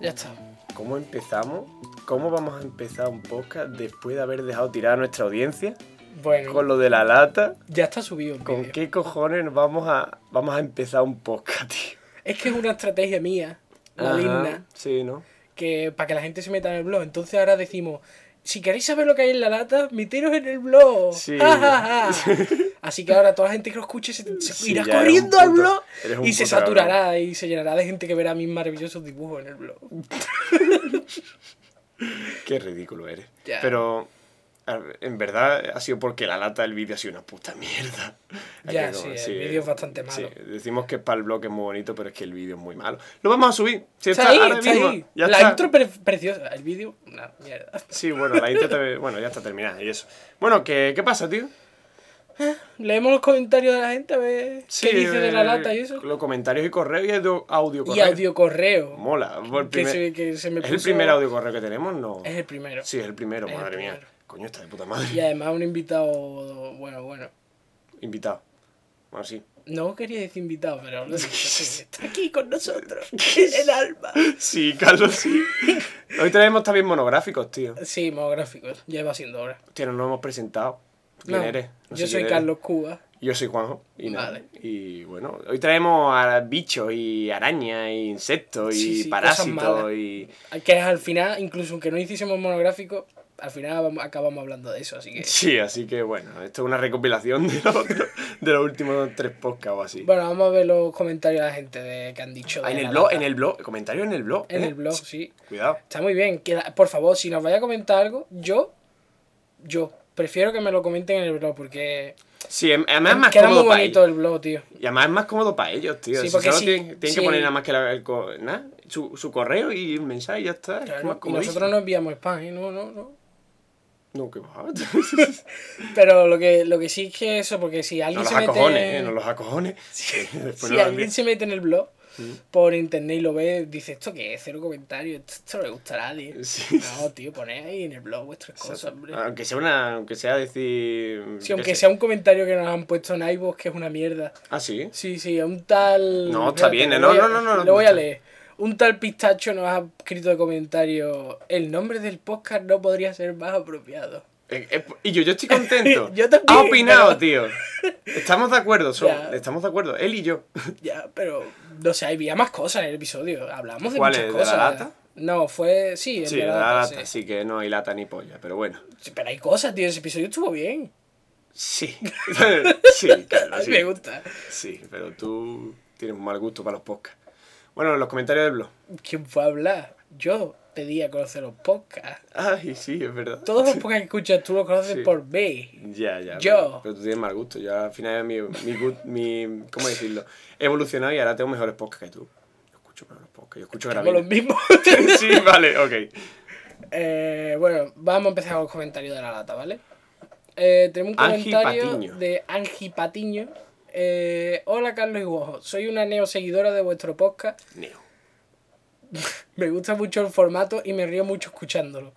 Ya está. ¿Cómo empezamos? ¿Cómo vamos a empezar un podcast después de haber dejado tirada a nuestra audiencia? Bueno, Con lo de la lata. ya está subido el ¿Con vídeo. qué cojones vamos a, vamos a empezar un podcast, tío? Es que es una estrategia mía, maligna, Ajá, Sí, ¿no? que para que la gente se meta en el blog. Entonces ahora decimos, si queréis saber lo que hay en la lata, meteros en el blog. Sí. Ja, ja, ja. Así que ahora toda la gente que lo escuche se, se Sí, irá ya eres corriendo un al puto- blog eres un y se puto cabrón. saturará y se llenará de gente que verá mis maravillosos dibujos en el blog. Qué ridículo eres. Ya. Pero a ver, en verdad ha sido porque la lata del vídeo ha sido una puta mierda. Es Ya, que sí, el vídeo es bastante malo. sí, decimos que para el blog es muy bonito, pero es que el vídeo es muy malo. Lo vamos a subir. Si Está ahí, ahora está mismo, ahí. ya la está. intro pre- preciosa, el vídeo, una mierda. Sí, bueno, la intro te- bueno, ya está terminada y eso. Bueno, ¿qué, qué pasa, tío? Leemos los comentarios de la gente a ver Sí, qué dice de la eh, lata y eso. Los comentarios y correo y audio, audio Y correo. audio correo. Mola. por que, primer- se, que se me ¿Es el puso- primer audio correo que tenemos? No. Es el primero. Sí, es el primero, Es el madre mía. primero. Coño, está de puta madre. Y además un invitado, bueno, bueno. Invitado. Bueno, sí. No quería decir invitado, pero no sé, está aquí con nosotros, en el alma. Sí, Carlos, sí. Hoy traemos también monográficos, tío. Sí, monográficos, ya va siendo hora. Tío, no nos hemos presentado. ¿Tú ¿Quién No, eres? No yo sé soy quién eres. Carlos Cuba. Yo soy Juanjo. Y, nada. Vale. y bueno, hoy traemos a bichos y arañas y insectos y Sí, sí, cosas parásitos malas. y... Que al final, incluso aunque no hiciésemos monográfico, al final vamos- acabamos hablando de eso, así que... Sí, así que bueno, esto es una recopilación de, los otros- de los últimos tres podcasts o así. Bueno, vamos a ver los comentarios de la gente de, que han dicho. Ah, de en el la blog, lata. en el blog, comentario en el blog. En ¿eh? el blog, sí. Cuidado. Está muy bien. que la- por favor, si nos vaya a comentar algo, yo, yo, prefiero que me lo comenten en el blog porque Sí, em- además es más queda muy cómodo para bonito ellos. el blog, tío. Y además es más cómodo para ellos, tío. Sí, si porque solo sí, tienen, tienen sí. que poner nada más que la- el co- nada, su, su correo y un mensaje y ya está. es Claro, más y cómodo. nosotros no enviamos spam, ¿eh? No, no, no. No, que va. Pero lo que, lo que sí es que eso, porque si no alguien los se mete. acojones, eh, no los acojones. Después si no alguien se mete en el blog por internet y lo ve, dice esto que es, cero comentario, esto, esto no le gustará, tío. Sí. No, tío, poned ahí en el blog vuestras cosas, hombre. Aunque sea una, aunque sea decir. Sí, yo qué aunque sé. sea un comentario que nos han puesto en iVoox, que es una mierda. Ah, sí. Sí, sí, a un tal. No, está Espérate, bien, lo ¿eh? No, voy a- no, no, no, no. Lo voy a leer. Un tal pistacho nos ha escrito de comentario. El nombre del podcast no podría ser más apropiado. Eh, eh, y yo, yo estoy contento. Yo también, Ha opinado, pero- tío. Estamos de acuerdo, son- Ya. estamos de acuerdo. Él y yo. Ya, pero. No sé, había más cosas en el episodio. Hablamos de ¿Cuál muchas es? ¿De la cosas. lata? No, fue. Sí, el Sí, de la la lata, lata, sí. sí que no hay lata ni polla, pero bueno. Sí, Pero hay cosas, tío. Ese episodio estuvo bien. Sí. sí, claro, A mí sí. me gusta. Sí, pero tú tienes un mal gusto para los podcasts. Bueno, los comentarios del blog. ¿Quién fue a hablar? Yo pedí a conocer los podcasts. Ay, sí, es verdad. Todos los podcasts que escuchas tú los conoces Sí. por mí. Ya, ya. Yo. Pero, pero tú tienes mal gusto. Yo al final mi, mi, gut- mi- ¿Cómo decirlo? He evolucionado y ahora tengo mejores podcasts que tú. Yo escucho mejores podcasts. Yo escucho Como los grabando. mismos. sí, vale, ok. Eh, bueno, vamos a empezar con los comentarios de la lata, ¿vale? Eh, tenemos un Angie comentario Patiño. de Angie Patiño. Eh, Hola Carlos y Guajo, soy una neo seguidora de vuestro podcast. Neo. Me gusta mucho el formato y me río mucho escuchándolo.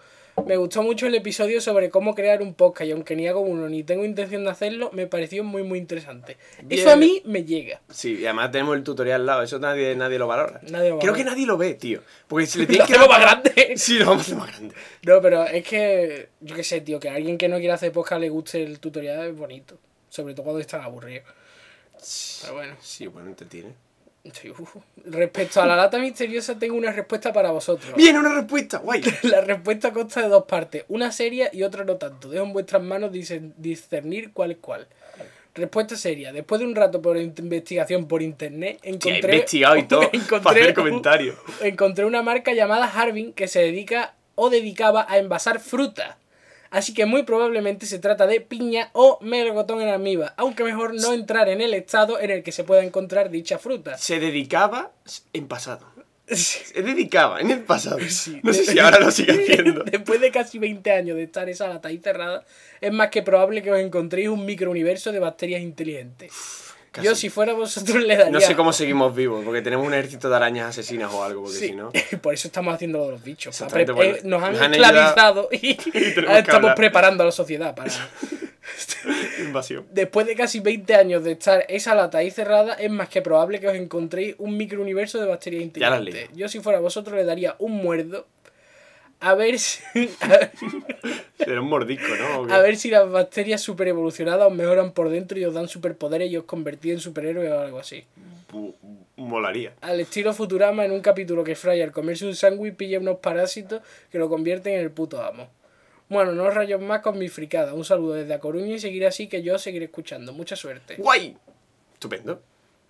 Me gustó mucho el episodio sobre cómo crear un podcast y aunque ni hago uno ni tengo intención de hacerlo, me pareció muy muy interesante. Bien. Eso a mí me llega. Sí, y además tenemos el tutorial al lado. Eso nadie, nadie lo valora. Nadie lo Creo valora. que nadie lo ve, tío. Porque si le Lo tienes que hacemos más grande. Sí, lo vamos a hacer más grande. No, pero es que, yo qué sé, tío, que a alguien que no quiera hacer podcast le guste el tutorial es bonito. Sobre todo cuando están aburridos. Pero bueno. Sí, bueno, te tiene. Sí, uf. Respecto a la lata misteriosa, tengo una respuesta para vosotros. Bien, una respuesta. Guay. La respuesta consta de dos partes, una seria y otra no tanto. Dejo en vuestras manos disen- discernir cuál es cuál. Respuesta seria. Después de un rato por in- investigación por internet, Sí, ha encontré... investigado y todo para hacer un- comentarios. encontré una marca llamada Harbin que se dedica o dedicaba a envasar fruta. Así que muy probablemente se trata de piña o melocotón en almíbar, aunque mejor no entrar en el estado en el que se pueda encontrar dicha fruta. Se dedicaba en pasado. Se dedicaba en el pasado. Sí. No sé si ahora lo sigue haciendo. Después de casi 20 años de estar esa lata ahí cerrada, es más que probable que os encontréis un microuniverso de bacterias inteligentes. Casi. Yo, si fuera vosotros, le daría. No sé cómo seguimos vivos, porque tenemos un ejército de arañas asesinas o algo, porque Sí. si no. Por eso estamos haciendo lo de los bichos. pa' Exactamente, pre- bueno, eh, nos han nos han esclavizado y, tenemos ahora que estamos hablar. preparando a la sociedad para. Invasión. Después de casi 20 años de estar esa lata ahí cerrada, es más que probable que os encontréis un microuniverso de bacterias Ya las inteligentes. Yo si fuera vosotros le daría un muerdo a ver si, a, Era un mordisco, ¿no? ¿O qué? a ver si las bacterias super evolucionadas os mejoran por dentro y os dan superpoderes y os convertís en superhéroes o algo así. Bu- Molaría. Al estilo Futurama en un capítulo que Fry al comerse un sándwich pilla unos parásitos que lo convierten en el puto amo. Bueno, no os rayos más con mi fricada. Un saludo desde A Coruña y seguir así que yo seguiré escuchando. Mucha suerte. ¡Guay! Estupendo.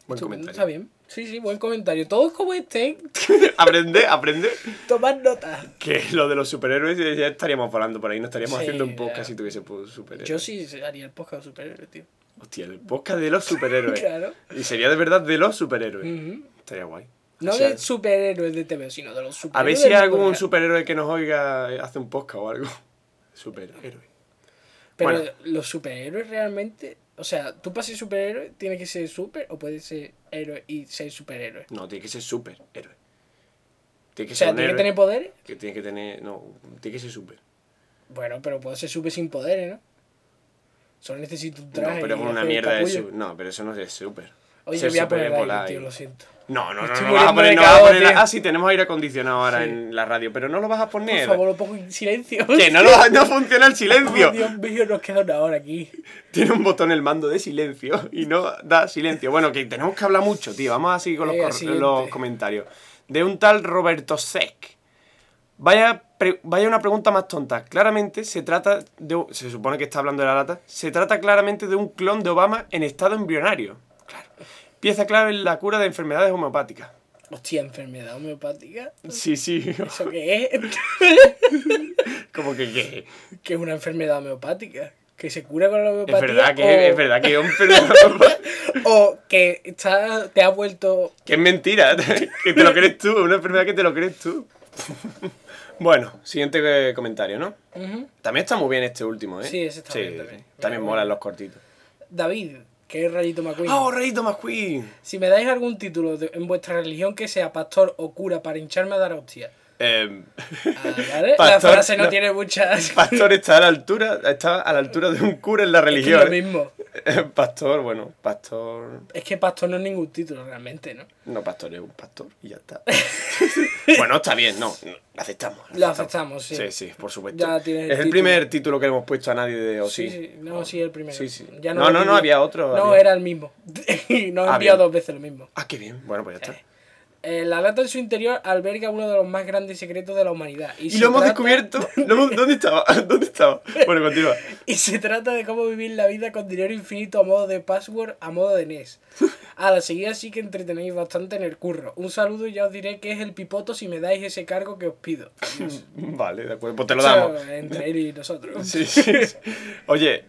Buen Estupendo, comentario. Está bien. Sí, sí, buen comentario. Todos como estén, aprende, aprende. tomad nota. Que lo de los superhéroes eh, ya estaríamos volando por ahí. No estaríamos Sí, haciendo un ya. podcast si tuviese pu- superhéroes. Yo sí haría el podcast de superhéroes, tío. Hostia, el podcast de los superhéroes. Claro. Y sería de verdad de los superhéroes. Ujú. Estaría guay. No O sea, de superhéroes de TV, sino de los superhéroes. a ver si del hay mundo algún real. superhéroe que nos oiga eh, hace un podcast o algo. Superhéroe. Pero bueno. los superhéroes realmente. O sea, tú para ser superhéroe tienes que ser super o puedes ser héroe y ser superhéroe. No, tiene que ser superhéroe. Tiene que O ser sea, un tiene que héroe tener poderes. que tiene que tener. No, tiene que ser super. Bueno, pero puedo ser super sin poderes, ¿no? Solo necesito un traje. No, pero es y una hacer mierda de capullo. su- No, pero eso no es super. Oye, me Ser voy a súper poner es aire, volar tío, y- lo siento. No, no, no, Estoy no vas a muriéndome poner, de no vas a calor, poner- tío. Ah, sí, tenemos aire acondicionado ahora Sí. en la radio, pero no lo vas a Por poner. favor, lo pongo en silencio. Que no, lo- no funciona el silencio. Oh, Dios mío, nos queda una hora aquí. Tiene un botón el mando de silencio y no da silencio. Bueno, que tenemos que hablar mucho, tío. Vamos a seguir con los, Venga, cor- Eh, siguiente. los comentarios. De un tal Roberto Sec. Vaya, pre- vaya una pregunta más tonta. Claramente se trata de... un- Se supone que está hablando de la lata. Se trata claramente de un clon de Obama en estado embrionario. Claro. Pieza clave en la cura de enfermedades homeopáticas. Hostia, enfermedad homeopática. Sí, sí. ¿Eso qué es? Como que... que- que es una enfermedad homeopática. Que se cura con la Es homeopatía. verdad o, que es verdad que es un perdedor. O que está, te ha vuelto. Que es mentira, que te lo crees tú, una enfermedad que te lo crees tú. bueno, siguiente eh, comentario, ¿no? Ujú. También está muy bien este último, ¿eh? Sí, ese está bien también. También Muy molan los cortitos. David, que es Rayito McQueen. ¡Ah, oh, Rayito McQueen! Si me dais algún título de- en vuestra religión que sea pastor o cura para hincharme a dar hostia. Eh, Ah, ¿vale? Pastor, la frase no, no. tiene muchas. pastor está a la altura, está a la altura de un cura en la Es que es lo religión. mismo. Eh, pastor, bueno, pastor. Es que pastor no es ningún título realmente, ¿no? No, pastor es un pastor y ya está. bueno, está bien, no, no, lo aceptamos. Lo aceptamos, sí. Sí, sí, por supuesto. Ya tienes el es el título. primer título que le hemos puesto a nadie de o Sí, sí, no, sí, el primero. Oh, Sí, sí. Ya No, lo no, no, digo. había otro, No, había- era el mismo. no Ah, he enviado bien. dos veces lo mismo. Ah, qué bien. Bueno, pues ya está. Eh, la lata en su interior alberga uno de los más grandes secretos de la humanidad. Y se lo hemos trata- descubierto. Lo hemos- ¿Dónde estaba? ¿Dónde estaba? Bueno, continúa. Y se trata de cómo vivir la vida con dinero infinito a modo de password, a modo de NES. A la seguida sí que entretenéis bastante en el curro. Un saludo y ya os diré que es el pipoto si me dais ese cargo que os pido. Vale, de acuerdo. Pues te lo O sea, damos. entre él y nosotros. Sí, sí, sí. Oye,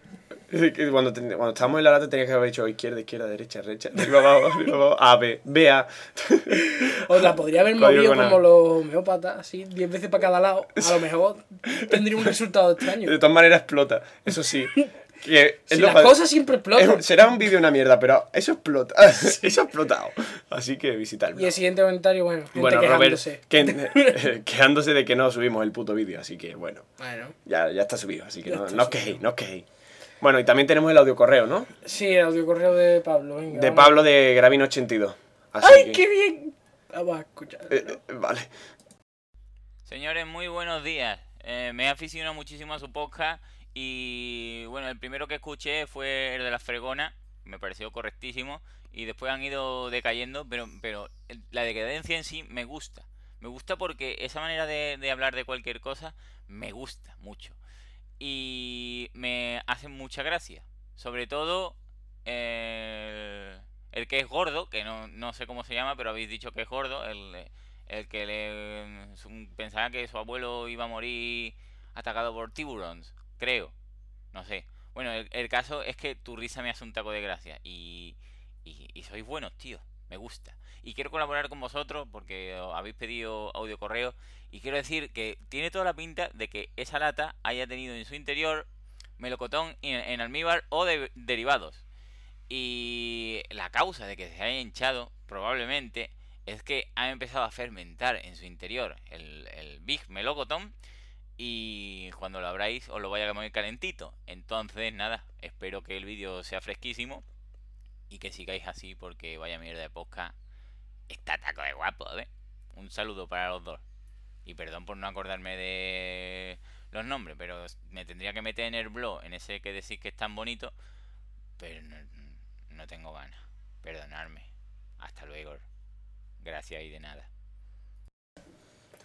es que cuando, ten- cuando estábamos en la lata tenías que haber dicho izquierda, izquierda, derecha, derecha. de arriba abajo, de arriba abajo, A, B, B, A. Os la podría haber Código movido con A. como los homeópatas, así, 10 veces para cada lado. A lo mejor tendría un resultado extraño. De todas maneras explota. Eso sí. Que Si es lo las pa- cosas siempre es explotan. un- será un vídeo una mierda, pero eso explota. Eso ha explotado. Así que visita el Y blog. el siguiente comentario, bueno, gente Bueno, Robert, quejándose. que- quejándose de que no subimos el puto vídeo, así que bueno, Bueno. ya, ya está subido, así que Ya no, está no os quejéis, no os quejéis. Bueno, y también tenemos el audio correo, ¿no? Sí, el audio correo de Pablo. venga, De vamos. Pablo de Gravino82. Así ¡Ay, que- qué bien! Vamos a escuchar. eh, eh, vale. Señores, muy buenos días. Eh, me he aficionado muchísimo a su podcast y bueno, el primero que escuché fue el de la fregona, me pareció correctísimo y después han ido decayendo, pero, pero el- la decadencia en sí me gusta. Me gusta porque esa manera de, de hablar de cualquier cosa me gusta mucho y me hace mucha gracia. Sobre todo eh, el, el que es gordo, que no, no sé cómo se llama, pero habéis dicho que es gordo, el, el que le su- pensaba que su abuelo iba a morir atacado por tiburones, creo. No sé. Bueno, el, el caso es que tu risa me hace un taco de gracia y, y, y sois buenos, tío. Me gusta. Y quiero colaborar con vosotros porque o, habéis pedido audio correo. Y quiero decir que tiene toda la pinta de que esa lata haya tenido en su interior melocotón en, en almíbar o de- derivados. Y la causa de que se haya hinchado, probablemente, es que ha empezado a fermentar en su interior el, el Big Melocotón Y cuando lo abráis os lo vaya a comer calentito. Entonces, nada, espero que el vídeo sea fresquísimo y que sigáis así porque vaya mierda de posca. Está taco de guapo, ¿eh? Un saludo para los dos. Y perdón por no acordarme de los nombres, pero me tendría que meter en el blog, en ese que decís que es tan bonito. Pero no, no tengo ganas. Perdonadme. Hasta luego. Gracias y de nada.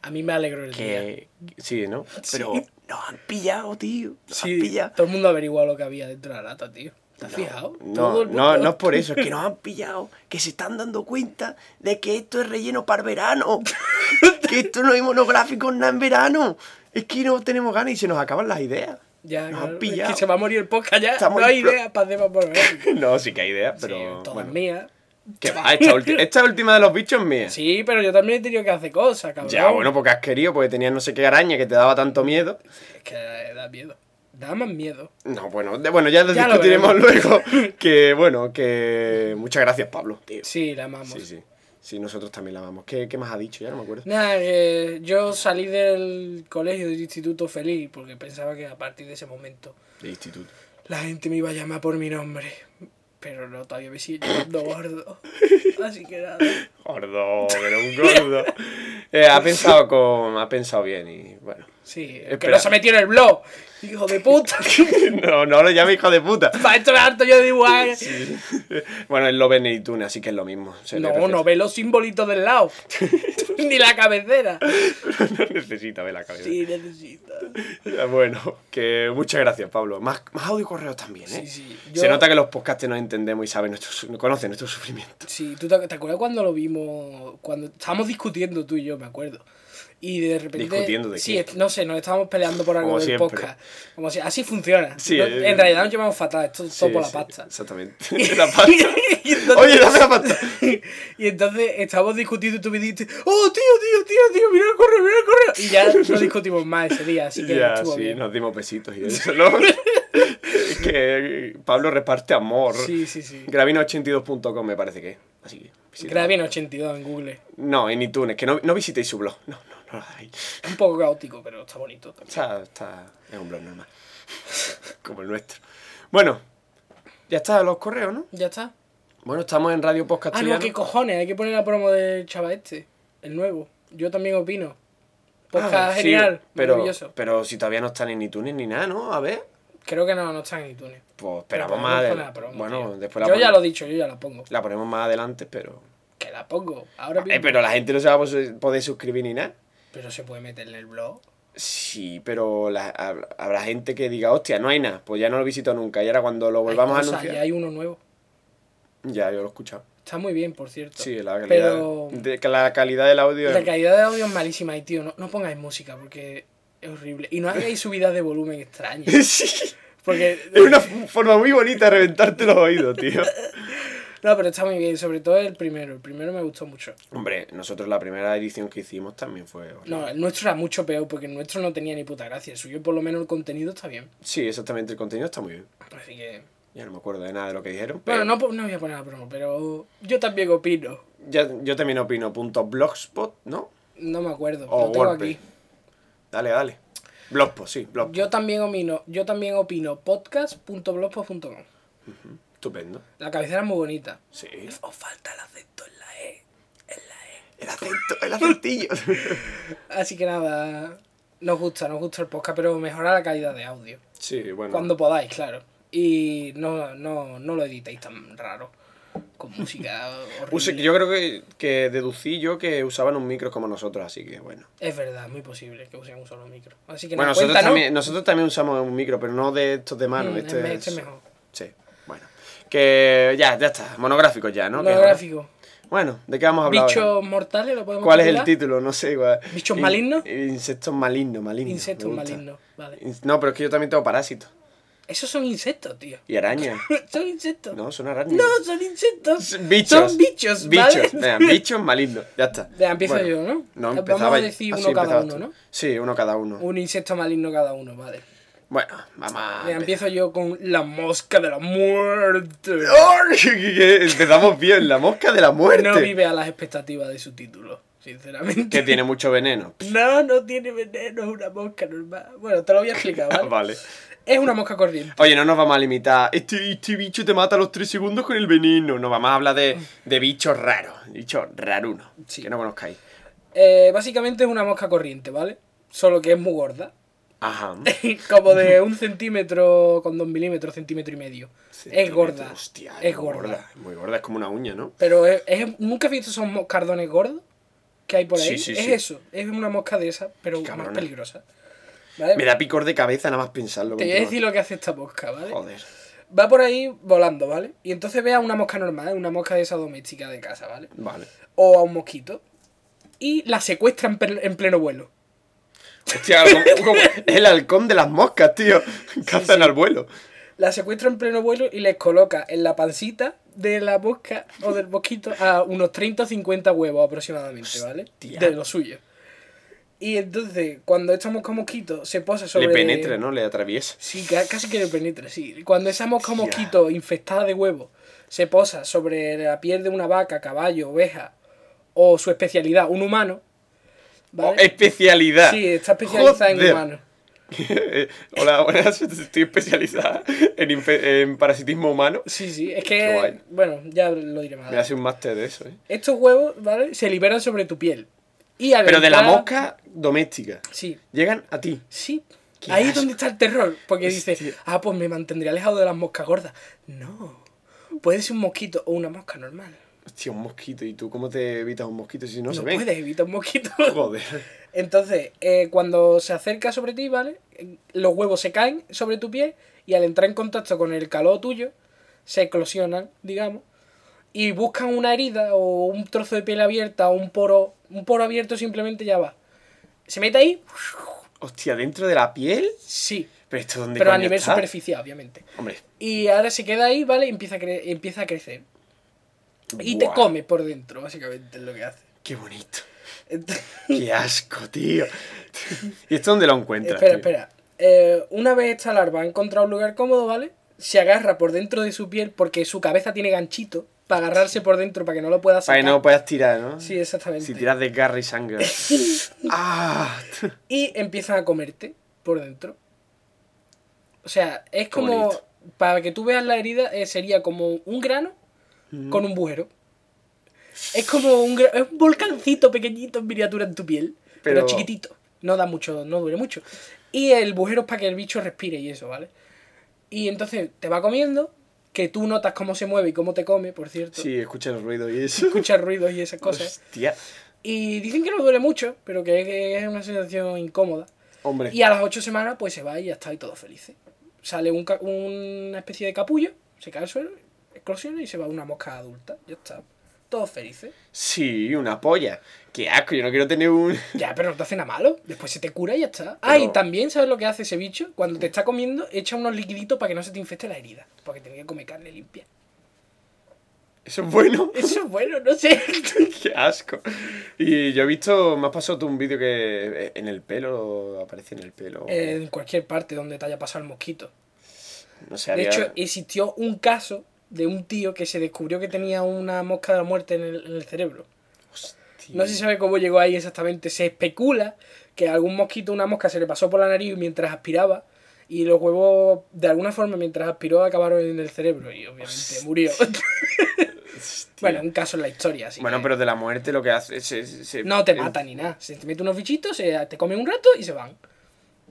A mí me alegro el día. Que... Sí, ¿no? Pero nos han pillado, tío. Nos han Sí, pillado. todo el mundo averiguó lo que había dentro de la lata, tío. ¿Te has fijado? Todo No, el no, mundo- no es por eso, es que nos han pillado, que se están dando cuenta de que esto es relleno para el verano, que esto no hay monográficos nada en verano, es que no tenemos ganas y se nos acaban las ideas. Ya, nos claro, han es pillado. que se va a morir el podcast ya. Estamos no hay en pro- idea para hacer más por ver. No, sí que hay ideas, Sí, pero. todas bueno. mías. ¿Qué va? Esta, ulti- esta última de los bichos es mía. Sí, pero yo también he tenido que hacer cosas, cabrón. ya, bueno, porque has querido, porque tenías no sé qué araña que te daba tanto miedo. Es que eh, da miedo. Da más miedo. No, bueno, de- bueno ya lo Ya lo discutiremos veremos. luego. Que bueno, que. Muchas gracias, Pablo. tío. Sí, la amamos. Sí, sí. Sí, nosotros también la amamos. ¿Qué, qué más ha dicho? Ya no me acuerdo. Nada, que yo salí del colegio, del instituto feliz, porque pensaba que a partir de ese momento De instituto. la gente me iba a llamar por mi nombre. Pero no, todavía me sigue llamando gordo. Así que nada. Gordo, pero un gordo. Eh, ha pensado con. Ha pensado bien y bueno. Sí, que Espera. no se metió en el blog. Hijo de puta. No, no lo llame hijo de puta. Para esto me harto yo de igual. Bueno, él lo ve en iTunes, así que es lo mismo. se le No, receta. no ve los simbolitos del lado. Ni la cabecera. No necesita ver la cabeza. Sí, necesita. Ya, Bueno, que muchas gracias, Pablo. Más, más audio y correos también, ¿eh? Sí, sí. Se Yo- nota que los podcasts nos entendemos y saben nuestro, su- conocen nuestro sufrimiento. Sí, ¿tú te, te acuerdas cuando lo vimos? Cuando estábamos discutiendo tú y yo, me acuerdo. Y de repente. ¿Discutiendo de Sí, qué? es- no sé, nos estábamos peleando por algo Como del siempre. podcast. Como si, así funciona. Sí, No- eh. en realidad nos llevamos fatal, esto es todo Sí, por la sí, pasta. Exactamente. La pasta. Y entonces- Oye, dame la pasta. y entonces estábamos discutiendo y tú me dijiste, oh, tío, tío, tío, tío, mira el correo, mira el correo. Y ya no discutimos más ese día, así que Ya, estuvo sí, bien. nos dimos besitos y eso. ¿no? Es que Pablo reparte amor. Sí, sí, sí. Gravina82.com me parece que es. Así que visita. Grabé en 82 en Google. No, en iTunes, que no, no visitéis su blog. No, no, no lo hagáis. Un poco caótico, pero está bonito. Está, está, es un blog normal. Como el nuestro. Bueno, ya está los correos, ¿no? Ya está. Bueno, estamos en Radio Post Ah, Castellano. no, qué cojones, hay que poner la promo del chava este, el nuevo. Yo también opino. Podcast Ah, sí, genial, pero, maravilloso. Pero si todavía no están en iTunes ni nada, ¿no? A ver. Creo que no, no están en iTunes. Pues Pero esperamos podemos más poner la adelante. promo, Bueno, tío. después la, Yo ya ponemos- lo he dicho, yo ya la pongo. la ponemos más adelante, pero. Que la pongo, ahora mismo. Eh, pero la gente no se va a pos- poder suscribir ni nada. Pero se puede meter en el blog. Sí, pero la- hab- habrá gente que diga, hostia, no hay nada, pues ya no lo visito nunca. Y ahora cuando lo volvamos Hay a cosas, anunciar. Ya hay uno nuevo. Ya, yo lo he escuchado. Está muy bien, por cierto. Sí, la calidad, Pero de, que la calidad del audio. la calidad de audio es malísima y, tío, no, no pongáis música porque es horrible. Y no hagáis subidas de volumen extrañas. Sí, Porque es una f- forma muy bonita de reventarte los oídos, tío. No, pero está muy bien, sobre todo el primero. El primero me gustó mucho. Hombre, nosotros la primera edición que hicimos también fue. horrible. No, el nuestro era mucho peor porque el nuestro no tenía ni puta gracia. El suyo, por lo menos, el contenido está bien. Sí, exactamente, el contenido está muy bien. Así que. Ya no me acuerdo de nada de lo que dijeron. Pero Bueno, no, po- no voy a poner la promo, pero yo también opino. ya, yo también opino. Punto blogspot, ¿no? No me acuerdo, O lo tengo WordPress. aquí. Dale, dale. Blogspot, sí, blogspot. Yo también opino, yo también opino podcast.blogspot.com. Estupendo. La cabecera es muy bonita. Sí. Os falta el acento en la E. El acento, el acentillo. Así que nada, nos gusta, nos gusta el podcast, pero mejora la calidad de audio. sí, bueno. Cuando podáis, claro. Y no, no, no lo editéis tan raro. Con música horrible. Use- yo creo que, que deducí yo que usaban un micro como nosotros, así que bueno. Es verdad, muy posible que usen un solo micro. Así que bueno, nada, nosotros cuéntanos. también, nosotros también usamos un micro, pero no de estos de mano. Mm, este, me- es- este es mejor. Sí, bueno. Que ya, ya está. Monográfico ya, ¿no? Que- Monográfico. Bueno, ¿de qué vamos a hablar? ahora? Bichos mortales lo podemos ¿Cuál es el titular? título? No sé. igual. ¿Bichos In- malignos? Insectos malignos, malignos. me Insectos gusta. malignos, vale. In- No, pero es que yo también tengo parásitos. Esos son insectos, tío. Y arañas. son insectos. No, son arañas. No, son insectos. Bichos. Son bichos, ¿vale? Bichos. venga, bichos malignos. Ya está. Ya, empiezo Bueno, yo, ¿no? No, Vamos empezaba a yo. decir Ah, uno sí, cada empezabas uno, tú. ¿no? Sí, uno cada uno. Un insecto maligno cada uno, vale. Bueno, vamos a... Mira, empiezo yo con la mosca de la muerte. ¡Ay! Empezamos bien, la mosca de la ¡Oh, muerte. No vive a las expectativas de su título, sinceramente. Que tiene mucho veneno. No, no tiene veneno, es una mosca normal. Bueno, te lo voy a explicar, ¿vale? Ah, Vale. Es una mosca corriente. Oye, no nos vamos a limitar. Este, este bicho te mata a los 3 segundos con el veneno. No vamos a hablar de, de bichos raros. Bichos rarunos. Sí. Que no conozcáis. Eh, básicamente es una mosca corriente, ¿vale? Solo que es muy gorda. Ajá. Como de un centímetro con dos milímetros, centímetro y medio. es gorda. Hostia, es gorda. Es muy gorda. Es como una uña, ¿no? Pero es, es- nunca he visto esos mo- cardones gordos que hay por ahí. Sí, sí, es sí. eso. Es una mosca de esa, pero Qué más cabrona. peligrosa. ¿Vale? Me da picor de cabeza nada más pensarlo. Te voy a contigo. decir lo que hace esta mosca, ¿vale? Joder. Va por ahí volando, ¿vale? Y entonces ve a una mosca normal, una mosca de esa doméstica de casa, ¿vale? Vale. O a un mosquito. Y la secuestra en, pel- en pleno vuelo. Hostia, como- como el halcón de las moscas, tío. Cazan al vuelo. La secuestra en pleno vuelo y les coloca en la pancita de la mosca o del mosquito a unos 30 o 50 huevos aproximadamente, ¿vale? Hostia. De lo suyo. Y entonces, cuando esta mosca mosquito se posa sobre. Le penetra, ¿no? Le atraviesa. Sí, ca- casi que le penetra, sí. Cuando esa mosca Hostia. mosquito infestada de huevos se posa sobre la piel de una vaca, caballo, oveja o su especialidad, un humano. Oh, ¿vale? especialidad. Sí, está especializada en Joder. Eh, humanos. Hola, buenas. Estoy especializada en, infe- en parasitismo humano. Sí, sí, es Qué que. guay. Bueno, ya lo diré más. Me hace un máster de eso, ¿eh? Estos huevos, ¿vale? Se liberan sobre tu piel. Y al Pero de la entrar- mosca doméstica. Sí, Llegan a ti. sí. Qué Ahí es asco. donde está el terror. Porque dices, Hostia. ah, pues me mantendré alejado de las moscas gordas. No. Puede ser un mosquito o una mosca normal. Hostia, un mosquito. ¿Y tú cómo te evitas un mosquito si no, No, se ven? puedes evitar un mosquito. Joder. Entonces, eh, cuando se acerca sobre ti, ¿vale? Los huevos se caen sobre tu piel y al entrar en contacto con el calor tuyo, se eclosionan, digamos, y buscan una herida o un trozo de piel abierta o un poro, un poro abierto simplemente ya va. Se mete ahí, Hostia, ¿dentro de la piel? sí, Pero esto dónde pero a coño nivel está? superficial, obviamente. Hombre. Y ahora se queda ahí, ¿vale? Y empieza a, cre- empieza a crecer. Y te Buah, come por dentro, básicamente, es lo que hace. Qué bonito. Entonces- Qué asco, tío. ¿Y esto dónde lo encuentras? Espera, tío? espera. Eh, una vez esta larva ha encontrado un lugar cómodo, ¿vale? Se agarra por dentro de su piel porque su cabeza tiene ganchito para agarrarse por dentro para que no lo pueda Para sacar. que no puedas tirar, ¿no? ah. Sí, exactamente. Si tiras de garra y sangre. ¡Ah! Y empiezan a comerte por dentro. O sea, es como. bonito. Para que tú veas la herida, eh, sería como un grano con un bujero. Es como un, gra- es un volcancito pequeñito en miniatura en tu piel, pero, Pero- chiquitito. No da mucho, no duele mucho. Y el bujero es para que el bicho respire y eso, ¿vale? Y entonces te va comiendo, que tú notas cómo se mueve y cómo te come, por cierto. Sí, escucha el ruido y eso. Escuchas ruidos y esas cosas. Hostia. Y dicen que no duele mucho, pero que- que es una sensación incómoda. Hombre. Y a las ocho semanas, pues se va y ya está, y todos felices. Sale un ca- una especie de capullo, se cae al suelo, eclosiona y se va una mosca adulta. Ya está. Todos felices. Sí, una polla. Qué asco, yo no quiero tener un. Ya, pero no te hace nada malo. Después se te cura y ya está. Ah, y Pero- también, ¿sabes lo que hace ese bicho? Cuando te está comiendo, echa unos liquiditos para que no se te infeste la herida. Porque tenía que comer carne limpia. Eso es bueno. Eso es bueno, no sé. Qué asco. Y yo he visto, me has pasado tú un vídeo que eh, en el pelo, aparece en el pelo. Eh, en cualquier parte donde te haya pasado el mosquito. no sé, De había... hecho, existió un caso de un tío que se descubrió que tenía una mosca de la muerte en el- en el cerebro. Hostia. No se sabe cómo llegó ahí exactamente. Se especula que algún mosquito, una mosca, se le pasó por la nariz mientras aspiraba. Y los huevos, de alguna forma, mientras aspiró, acabaron en el cerebro. Y obviamente murió. Hostia. bueno, un caso en la historia. Así Bueno, que pero eh, de la muerte lo que hace es... es- es- No te es- mata ni nada. Se te mete unos bichitos, se- te come un rato y se van.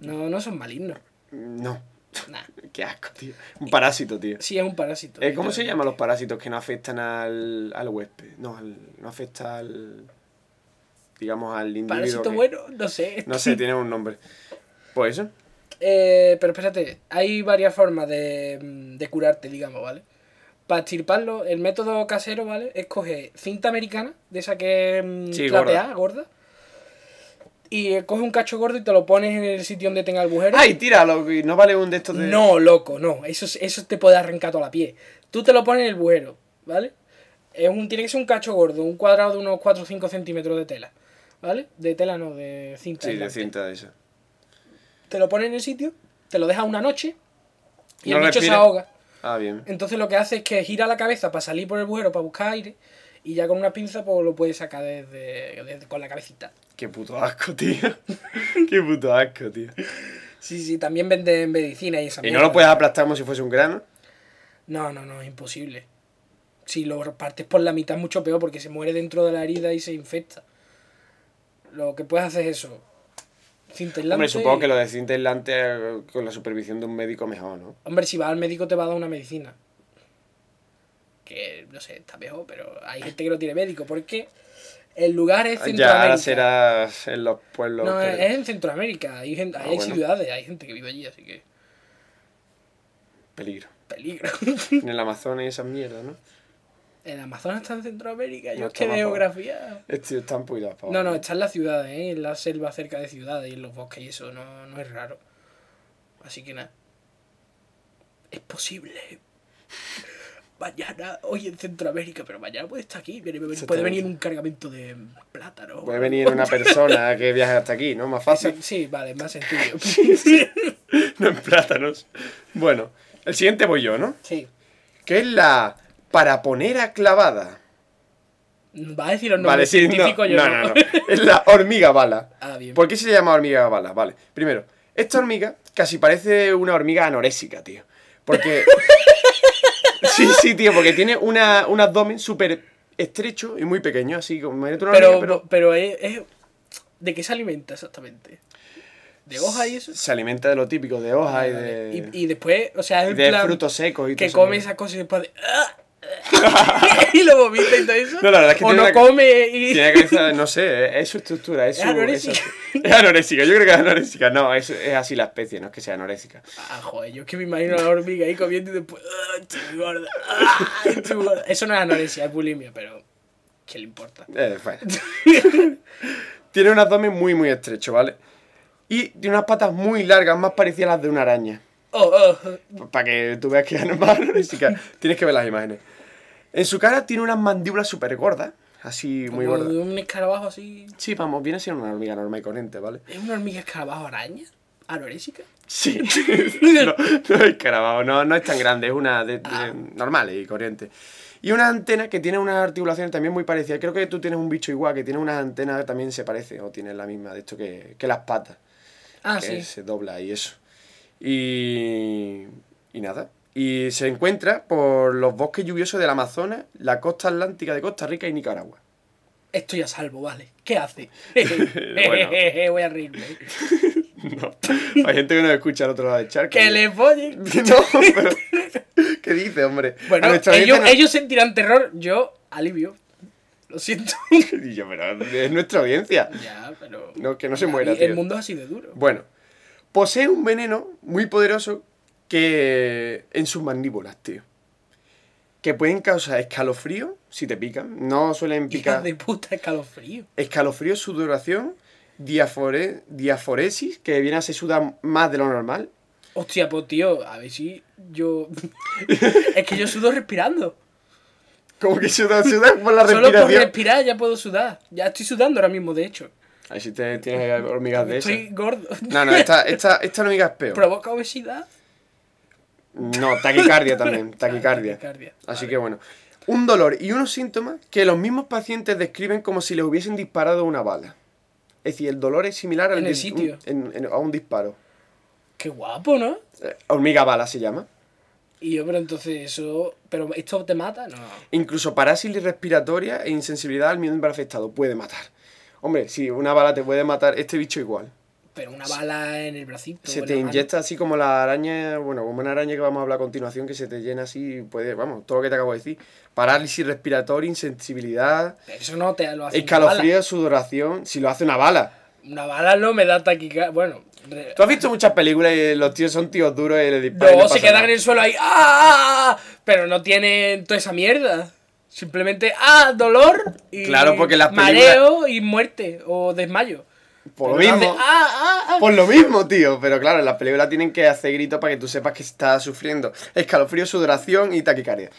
No, no son malignos. No. Nah. Qué asco, tío. Un parásito, tío. Sí, es un parásito. Eh, ¿Cómo se llaman los parásitos que no afectan al, al huésped? No, al- no afecta al... Digamos, al individuo. Parásito que- bueno, no sé. No sé, tiene un nombre. Pues eso. Eh, pero espérate, hay varias formas de, mm, de curarte, digamos, ¿vale? Para estirparlo, el método casero, ¿vale? Es coger cinta americana, de esa que es Sí, plateada, gorda. Y eh, coge un cacho gordo y te lo pones en el sitio donde tenga el agujero. ¡Ay, tíralo! y ¿No vale un de estos de...? No, loco, no. Eso, es- eso te puede arrancar toda la piel. Tú te lo pones en el bujero, ¿vale? Es un, tiene que ser un cacho gordo, un cuadrado de unos 4 o 5 centímetros de tela, ¿vale? De tela no, de cinta. Sí, de aislante. cinta de eso. Te lo pones en el sitio te lo deja una noche y No el bicho se respira. ahoga. Ah, bien. Entonces lo que hace es que gira la cabeza para salir por el agujero para buscar aire y ya con una pinza pues lo puede sacar desde, desde- con la cabecita. Qué puto asco, tío. Qué puto asco, tío. Sí, sí, también vende medicina y esa Y no mierda. lo puedes aplastar como si fuese un grano. No, no, no, es imposible. Si lo partes por la mitad es mucho peor porque se muere dentro de la herida y se infecta. Lo que puedes hacer es eso. Cintelante. Hombre, supongo y- que lo de cintelante eh, con la supervisión de un médico mejor, ¿no? Hombre, si vas al médico te va a dar una medicina. Que, no sé, está mejor, pero hay gente que no tiene médico. Porque el lugar es Ya, Centroamérica. ahora será en los pueblos. No, que- es en Centroamérica. Hay, gente, Ah, hay bueno. ciudades, hay gente que vive allí, así que Peligro. peligro. En el Amazonas y esas mierdas, ¿no? el Amazonas está en Centroamérica, yo No es que está de mapa. geografía. Estos tíos están puidos, pa' No, no, abajo. está en las ciudades, ¿eh? en la selva cerca de ciudades y en los bosques y eso, no, no es raro. Así que nada. Es posible. Mañana, hoy en Centroamérica, pero mañana puede estar aquí. Viene- Puede, Exactamente. venir un cargamento de plátano. Puede venir una persona que viaje hasta aquí, ¿no? Más Sí, fácil. sí, vale, más sencillo. no en plátanos. Bueno, el siguiente voy yo, ¿no? sí. Que es la paraponera clavada. Va a decir los nombres vale, sí, no, científicos, yo no, no, no. Es la hormiga bala. Ah, bien. ¿Por qué se llama hormiga bala? Vale, primero, esta hormiga casi parece una hormiga anorésica, tío. Porque. sí, sí, tío, porque tiene una, un abdomen súper estrecho y muy pequeño, así como imagínate una pero, hormiga, pero, es, es- ¿De qué se alimenta exactamente? ¿De hoja y eso? Se alimenta de lo típico, de hojas y de. y, y después, o sea, es en de plan frutos secos y que todo eso. come esas cosas y después de- y lo vomita y todo eso. No, la verdad es que o tiene no la- come y... Tiene cabeza, no sé, es su estructura, es, Es su- anorésica. es- es anorésica, yo creo que es anorésica, no, es, es así la especie, no es que sea anorésica. Ah, joder, yo es que me imagino a la hormiga ahí comiendo y después... "Ah, estoy gorda, ah, estoy gorda". Eso no es anorexia, es bulimia, pero... ¿Qué le importa? Eh, bueno. tiene un abdomen muy, muy estrecho, ¿vale? Y tiene unas patas muy largas, más parecidas a las de una araña. Oh, oh. Para que tú veas que es más anorésica, tienes que ver las imágenes. En su cara tiene unas mandíbulas súper gordas, así muy Como gordas. de un escarabajo así... Sí, vamos, viene siendo una hormiga normal y corriente, ¿vale? ¿Es una hormiga escarabajo araña? ¿Anorésica? Sí. no, no es carabajo, no, no es tan grande, es una de, de- Ah. normal y corriente. Y una antena que tiene unas articulaciones también muy parecidas. Creo que tú tienes un bicho igual, que tiene unas antenas que también se parece, o tiene la misma de esto que, que las patas. Ah, que sí. se dobla y eso. Y, y nada. Y se encuentra por los bosques lluviosos del Amazonas, la costa atlántica de Costa Rica y Nicaragua. Estoy a salvo, vale. ¿Qué hace? Bueno. Voy a reírme. No. Hay gente que nos escucha al otro lado del charco. ¡Que le follen! No, pero... ¿Qué dice, hombre? A Bueno, nuestra ellos, audiencia no- ellos sentirán terror, yo alivio. Lo siento. Y yo, pero es nuestra audiencia. ya, pero. No, que no se Ya, muera, y El tío. mundo es así de duro. Bueno, posee un veneno muy poderoso que en sus mandíbulas, tío. Que pueden causar escalofrío si te pican. No suelen Hijas picar. de puta, escalofrío. Escalofrío, sudoración, diafore- diaforesis, que viene a ser sudar más de lo normal. Hostia, pues tío, a ver si yo. es que yo sudo respirando. Como que sudas suda por la Solo por respiración. respirar ya puedo sudar. Ya estoy sudando ahora mismo, de hecho. Ahí sí te tienes hormigas de esas. Estoy gordo. No, no, esta, esta, esta hormiga es peor. ¿Provoca obesidad? No, taquicardia también, taquicardia. taquicardia, Así que bueno. Un dolor y unos síntomas que los mismos pacientes describen como si les hubiesen disparado una bala. Es decir, el dolor es similar al En el dis- sitio. un- en- en- a un disparo. Qué guapo, ¿no? Eh, hormiga bala se llama. Y yo, pero entonces eso. ¿Pero esto te mata? No. Incluso parálisis respiratoria e insensibilidad al miembro afectado puede matar. Hombre, si una bala te puede matar, este bicho igual. Pero una bala en el bracito. Se en te la mano. inyecta así como la araña, bueno, como una araña que vamos a hablar a continuación, que se te llena así, puede, vamos, todo lo que te acabo de decir. Parálisis respiratoria, insensibilidad, Eso no te lo hace. una Escalofrío, bala. sudoración, si lo hace una bala. Una bala no me da taquicardia. Bueno, re- ¿Tú has visto muchas películas y los tíos son tíos duros y le disparan? y luego no se pasa quedan nada? en el suelo ahí. ¡Ah! ah, ah! Pero no tienen toda esa mierda. Simplemente, ¡ah! Dolor y. Claro, porque las Mareo y muerte o desmayo. Por lo Pero no mismo. hace, ¡ah! ¡ah! ah! Por lo mismo, tío. Pero claro, en las películas tienen que hacer gritos para que tú sepas que estás sufriendo. Escalofrío, sudoración y taquicardia.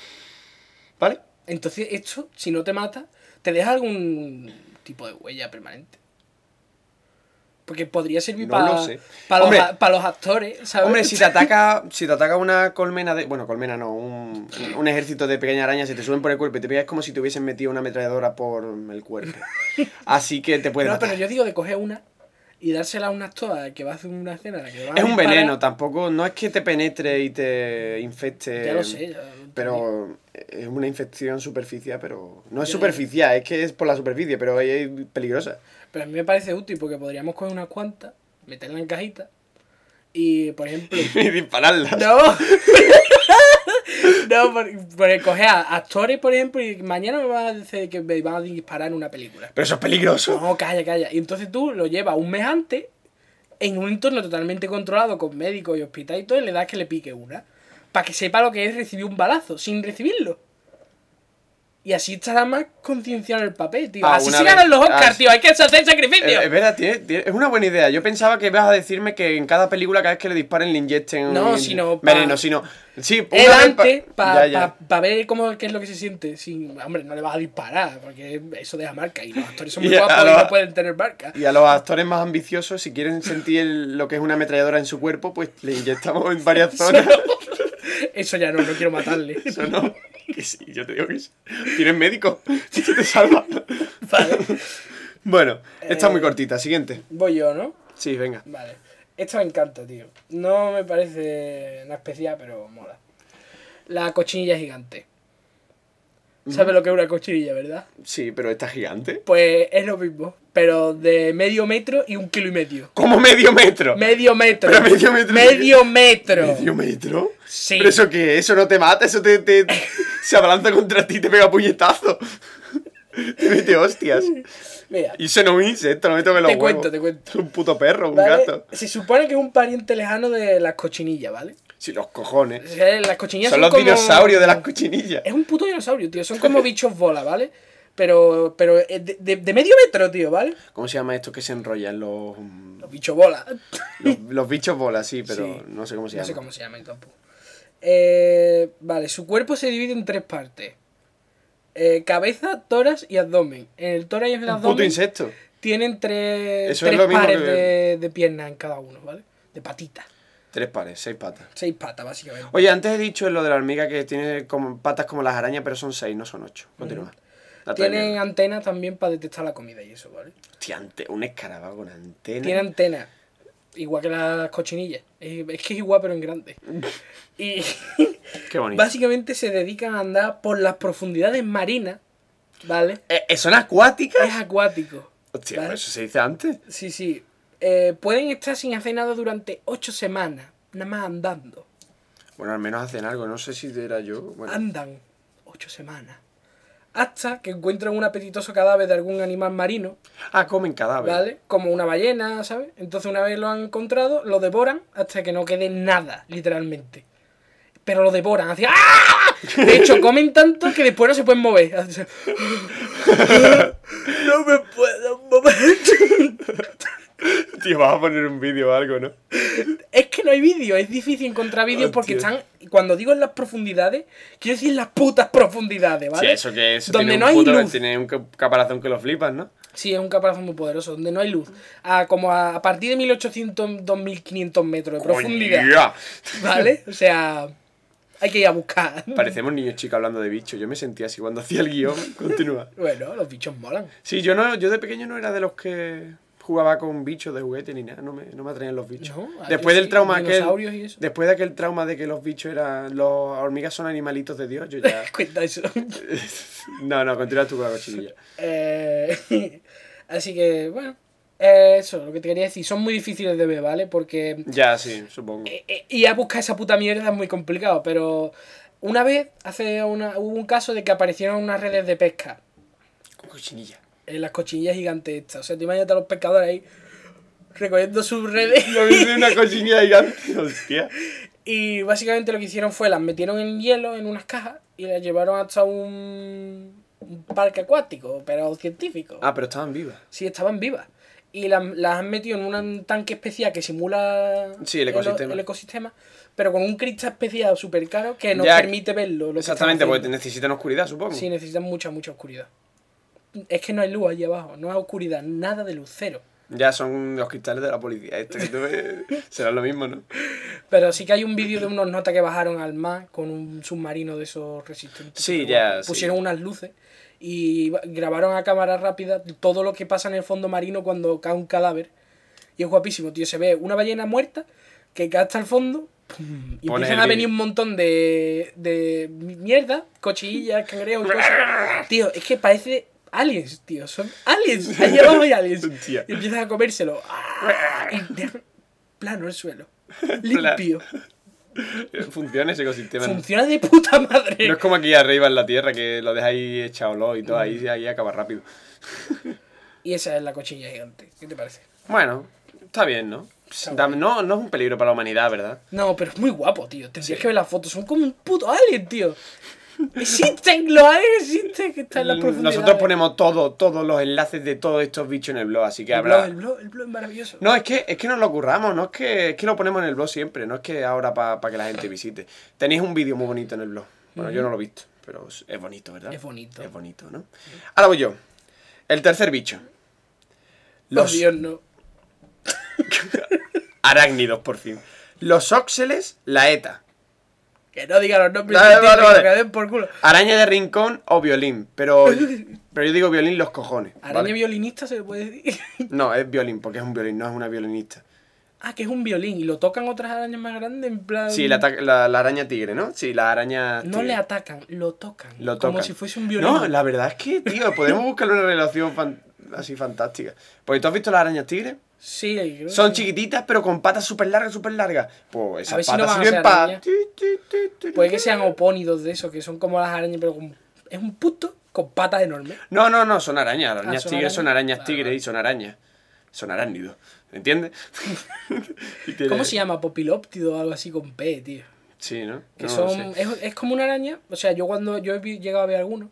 ¿Vale? Entonces, esto, si no te mata, te deja algún tipo de huella permanente. Porque podría servir No para, lo sé. para, los, Hombre. a- para los actores, ¿sabes? Hombre, si te ataca, si te ataca una colmena de. Bueno, colmena no, un, un ejército de pequeñas arañas, se te suben por el cuerpo y te pegas como si te hubiesen metido una ametralladora por el cuerpo. Así que te pueden No, matar. pero yo digo de coger una y dársela a una actora que va a hacer una escena en la que va a Es un disparar. veneno, tampoco. No es que te penetre y te infecte. Ya lo sé. ya lo entendí. Pero es una infección superficial, pero. No es Ya, ya. superficial, es que es por la superficie, pero es peligrosa. Pero a mí me parece útil porque podríamos coger unas cuantas, meterla en cajita y, por ejemplo... Y dispararla. No. no, por, por coger a actores, por ejemplo, y mañana me van a decir que me van a disparar en una película. Pero eso es peligroso. No, calla, calla. Y entonces tú lo llevas un mes antes en un entorno totalmente controlado con médicos y hospital y todo, y le das que le pique una. Para que sepa lo que es recibir un balazo sin recibirlo. Y así estará más concienciado en el papel, tío. Ah, así una se vez. ganan los Oscars, Ah, eh, tío. Hay que hacer sacrificio. Es, es verdad, tiene- tiene- es una buena idea. Yo pensaba que ibas a decirme que en cada película, cada vez que le disparen, le inyecten. No, un- sino pa- Veneno, sino. Sí, una Él vez pa- antes, Ya, para ya. ver cómo qué es lo que se siente. Sin, hombre, no le vas a disparar, porque eso deja marca. Y los actores son muy Y a guapos y lo- no pueden tener marca. Y a los actores más ambiciosos, si quieren sentir el- lo que es una ametralladora en su cuerpo, pues le inyectamos en varias zonas. Eso ya no, no quiero matarle. Eso no. Que sí, yo te digo que sí. Tienes médico. Sí, te salva. Vale. Bueno, esta es muy Eh. cortita. Siguiente. Voy yo, ¿no? Sí, venga. Vale. Esta me encanta, tío. No me parece una especial, pero mola. La cochinilla gigante. ¿Sabes lo que es una cochinilla, verdad? Sí, pero esta es gigante. Pues es lo mismo, pero de medio metro y un kilo y medio. ¿Cómo medio metro? Medio metro. Pero medio metro. Medio metro. ¿Medio metro? Sí. ¿Pero eso qué? ¿Eso no te mata? ¿Eso te, te- se abalanza contra ti y te pega puñetazo? te mete hostias. Mira, Y eso no es un insecto, no me toques los Te huevos. cuento, te cuento. Es un puto perro, un ¿vale? gato. Se supone que es un pariente lejano de las cochinillas, ¿vale? Sí, los O cojones. sea, las cochinillas Son, son, los como- dinosaurios de las cochinillas. Es un puto dinosaurio, tío. Son como bichos bola, ¿vale? Pero, pero eh, de, de- de medio metro, tío, ¿vale? ¿Cómo se llama esto que se enrollan los, mm, Los bichos bola. los, los bichos bolas? Sí, pero Sí. no sé cómo se No llama. sé cómo se llaman tampoco. Eh, vale, su cuerpo se divide en tres partes. Eh, cabeza, toras y abdomen. En el tórax y en el Un puto abdomen insecto. tienen tres, Eso es tres lo mismo pares que- de, de piernas en cada uno, ¿vale? De patitas. Tres pares, seis patas. Seis patas, básicamente. Oye, antes he dicho en lo de la hormiga que tiene como patas como las arañas, pero son seis, no son ocho. Continúa. La Tienen técnica. antenas también para detectar la comida y eso, ¿vale? Hostia, ante- un escarabajo con antena. Tiene antenas. Igual que las cochinillas. Es, es que es igual, pero en grande. Y Qué bonito. básicamente se dedican a andar por las profundidades marinas, ¿vale? Eh, eh, ¿Son acuáticas? Es acuático. Hostia, ¿vale? pero eso se dice antes. Sí, sí. Eh, pueden estar sin hacer nada durante ocho semanas. Nada más andando. Bueno, al menos hacen algo, no sé si era yo. Bueno, Andan ocho semanas. Hasta que encuentran un apetitoso cadáver de algún animal marino ah, comen cadáveres. ¿Vale? Como una ballena, ¿sabes? Entonces una vez lo han encontrado, lo devoran hasta que no quede nada, literalmente. Pero lo devoran, así, ¡ah! De hecho, comen tanto que después no se pueden mover. Así, no me puedo mover. Tío, vas a poner un vídeo o algo, ¿no? Es que no hay vídeo, es difícil encontrar vídeos porque Hostia. están, cuando digo en las profundidades, quiero decir en las putas profundidades, ¿vale? Sí, eso que es. Donde tiene no un hay puto- luz. Tiene un ca- caparazón que lo flipas, ¿no? Sí, es un caparazón muy poderoso, donde no hay luz. A, como a, a partir de 1800, 2500 metros de profundidad. ¡Coña! ¿Vale? O sea, hay que ir a buscar. Parecemos niños chicos hablando de bichos. Yo me sentía así cuando hacía el guión. Continúa. Bueno, los bichos molan. Sí, yo no, yo de pequeño no era de los que jugaba con bichos de juguete ni nada, no me, no me atraían los bichos. No, ah, después yo del sí, trauma aquel, dinosaurios y eso. después de aquel trauma de que los bichos eran, los hormigas son animalitos de Dios, yo ya. Cuenta eso. no, no, continúa tú con la cochinilla. Eh, así que, bueno. eh, eso, lo que te quería decir. Son muy difíciles de ver, ¿vale? Porque Ya, sí, supongo. eh, eh, ir a buscar esa puta mierda es muy complicado, pero... Una vez hace una, hubo un caso de que aparecieron unas redes de pesca Cochinilla. en las cochinillas gigantes estas. O sea, te imaginas a los pescadores ahí recogiendo sus redes. Yo vi una cochinilla gigante, hostia. Y básicamente lo que hicieron fue las metieron en hielo en unas cajas y las llevaron hasta un, un parque acuático, pero científico. Ah, pero estaban vivas. Sí, estaban vivas. Y las, las han metido en un tanque especial que simula Sí, el ecosistema. el ecosistema, pero con un cristal especial súper caro que nos Ya, permite verlo. lo que están Exactamente, porque haciendo. necesitan oscuridad, supongo. Sí, necesitan mucha, mucha oscuridad. Es que no hay luz allí abajo, no hay oscuridad, nada de luz, cero. Ya son los cristales de la policía. Esto que tú ves, será lo mismo, ¿no? Pero sí que hay un vídeo de unos notas que bajaron al mar con un submarino de esos resistentes. Sí, Pero ya, bueno, sí. Pusieron unas luces y va- grabaron a cámara rápida todo lo que pasa en el fondo marino cuando cae un cadáver. Y es guapísimo, tío. Se ve una ballena muerta que cae hasta el fondo. pum, Y Pone empiezan el a venir vídeo. un montón de, de mierda, cochillas, cangrejos y cosas. Tío, es que parece aliens, tío. Son aliens. Ahí abajo hay aliens. Hostia. Y empiezan a comérselo. ¡Ah! Y de- Plano el suelo. Limpio. Funciona ese ecosistema. ¿no? Funciona de puta No madre. es como aquí arriba en la tierra que lo dejáis echado lo y todo, ahí, ahí acaba rápido. Y esa es la cochilla gigante. ¿Qué te parece? Bueno, está bien, ¿no? Da- No, no es un peligro para la humanidad, ¿verdad? No, pero es muy guapo, tío. Tendrías que ver las fotos. Son como un puto alien, tío. Existen, los aliens existen. Que están en las profundidades. Mm, Nosotros ponemos todo, todos los enlaces de todos estos bichos en el blog, así que El blog, habrá. el blog, el blog es maravilloso. No, es que, es que nos lo curramos, no es que, es que lo ponemos en el blog siempre, no es que ahora para que la gente visite. Tenéis un vídeo muy bonito en el blog. Bueno, yo no lo he visto, pero es es bonito, ¿verdad? Es bonito. Es bonito, ¿no? Ahora voy yo. El tercer bicho. Los Dios no. arácnidos, por fin. Los óxeles, la ETA. Que no digan los nombres. Vale, tío, vale, que vale. me den por culo. Araña de rincón o violín, pero, pero yo digo violín los cojones. Araña ¿vale? violinista se le puede decir. No, es violín, porque es un violín, no es una violinista. ah, que es un violín. Y lo tocan otras arañas más grandes en plan. Sí, la, ata- la, la araña tigre, ¿no? Sí, la araña Ah, No tigre. le atacan, lo tocan. Lo Como tocan. si fuese un violín. No, la verdad es que, tío, podemos buscarle una relación fan- así fantástica. Porque tú has visto las arañas tigre. Sí, creo que Son sí. chiquititas, pero con patas súper largas, súper largas. Pues A ver esas si no patas van a sirven ser para... arañas. Puede que sean opónidos de esos, que son como las arañas, pero con- es un puto con patas enormes. No, no, no, son arañas. Arañas Ah, son tigres son arañas. arañas tigres y son arañas. Son arácnidos. ¿Entiendes? Y tiene- ¿Cómo se llama? Popilóptido o algo así con P, tío. Sí, ¿no? Que No lo son. sé. Es, es como una araña. O sea, yo cuando. Yo he vi- llegado a ver algunos.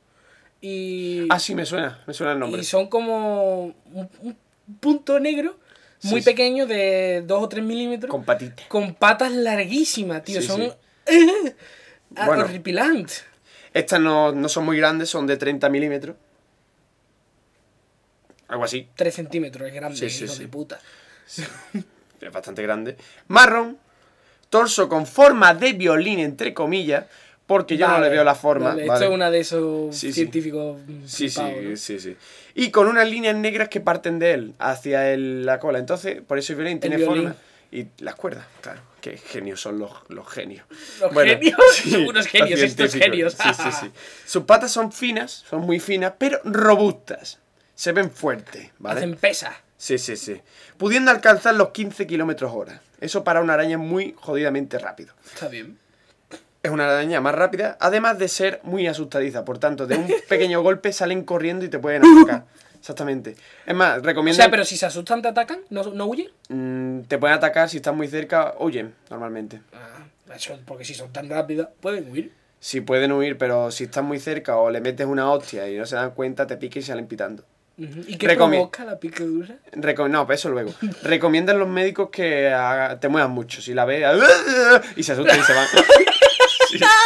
Y. Ah, sí, me suena. Me suena el nombre. y son como un, un punto negro muy Sí, sí. pequeño de 2 o 3 milímetros. Con patitas. con patas larguísimas, tío. Sí, son. sí. ah, Bueno. horripilantes. Estas no, no son muy grandes, son de 30 milímetros. Algo así. 3 centímetros, es grande, Sí, sí, hijo sí. de puta. Es bastante grande. Marrón. Torso con forma de violín, entre comillas. Porque yo no Vale, le veo la forma. vale, ¿vale? Esto es una de esos Sí, sí. científicos. Sí, sí, flipados, ¿no? sí, sí. Y con unas líneas negras que parten de él hacia el- la cola. Entonces, por eso el violín tiene violín. forma. Y las cuerdas, claro. Qué genios son los, los genios. Los genios, son unos los genios, estos científicos. genios. Sí, sí, sí. Sus patas son finas, son muy finas, pero robustas. Se ven fuertes, ¿vale? Hacen pesa. Sí, sí, sí. Pudiendo alcanzar los 15 kilómetros hora. Eso para una araña es muy jodidamente rápido. Está bien. Es una araña más rápida, además de ser muy asustadiza. Por tanto, de un pequeño golpe salen corriendo y te pueden atacar. Exactamente. Es más, O recomiendo. sea, pero si se asustan, te atacan, no, no huyen. Mm, te pueden atacar si estás muy cerca, huyen normalmente. Ah, eso, porque si son tan rápidas, pueden huir. Si pueden huir, pero si estás muy cerca o le metes una hostia y no se dan cuenta, te pique y salen pitando. Ujú. ¿Y qué Recomi- provoca la picadura? Reco- no, pues eso luego. Recomiendan los médicos que haga- te muevan mucho. Si la ves, y se asustan y se van.